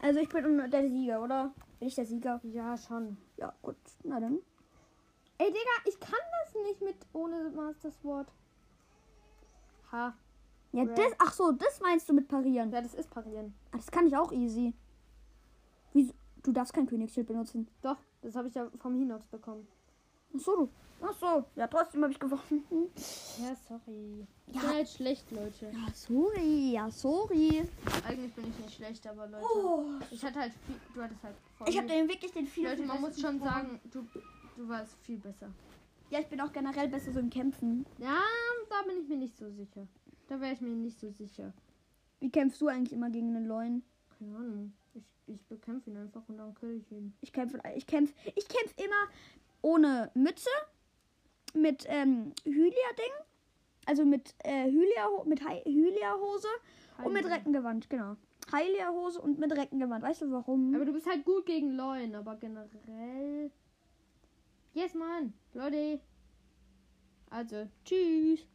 Speaker 2: Also ich bin der Sieger, oder? Bin ich der Sieger?
Speaker 5: Ja, schon.
Speaker 2: Ja, gut. Na dann.
Speaker 5: Ey, Digga, ich kann das nicht mit ohne Master Sword. Ha.
Speaker 2: Ja,
Speaker 5: Right.
Speaker 2: das, ach so, das meinst du mit parieren.
Speaker 5: Ja, das ist parieren.
Speaker 2: Ah, Das kann ich auch easy. Wieso? Du darfst kein Königsschild benutzen.
Speaker 5: Doch, das habe ich ja vom Hinox bekommen.
Speaker 2: Ach so, du. Ach so. Ja, trotzdem habe ich gewonnen. Hm.
Speaker 5: Ja, sorry. Ich
Speaker 2: Ja.
Speaker 5: bin halt schlecht, Leute.
Speaker 2: Ja, sorry. Ja, sorry.
Speaker 5: Eigentlich bin ich nicht schlecht, aber Leute.
Speaker 2: Oh,
Speaker 5: Ich hatte halt viel. Du hattest halt voll.
Speaker 2: ich habe den wirklich den viel.
Speaker 5: Leute,
Speaker 2: viel
Speaker 5: man muss
Speaker 2: besten
Speaker 5: schon
Speaker 2: gewonnen.
Speaker 5: sagen, du, du warst viel besser.
Speaker 2: Ja, ich bin auch generell besser so im Kämpfen.
Speaker 5: Ja, da bin ich mir nicht so sicher. Da wäre ich mir nicht so sicher.
Speaker 2: Wie kämpfst du eigentlich immer gegen einen Leuen?
Speaker 5: Keine Ahnung. Ich, ich bekämpfe ihn einfach und dann kill ich ihn.
Speaker 2: Ich kämpfe, ich kämpfe, ich kämpfe immer ohne Mütze, mit ähm, Hylia-Ding, also mit äh, Hylia, mit Hy- Hylia-Hose und mit Reckengewand, genau. Hylia-Hose und mit Reckengewand. Weißt du warum?
Speaker 5: Aber du bist halt gut gegen Leuen, aber generell. Yes, Mann. Leute. Also, tschüss.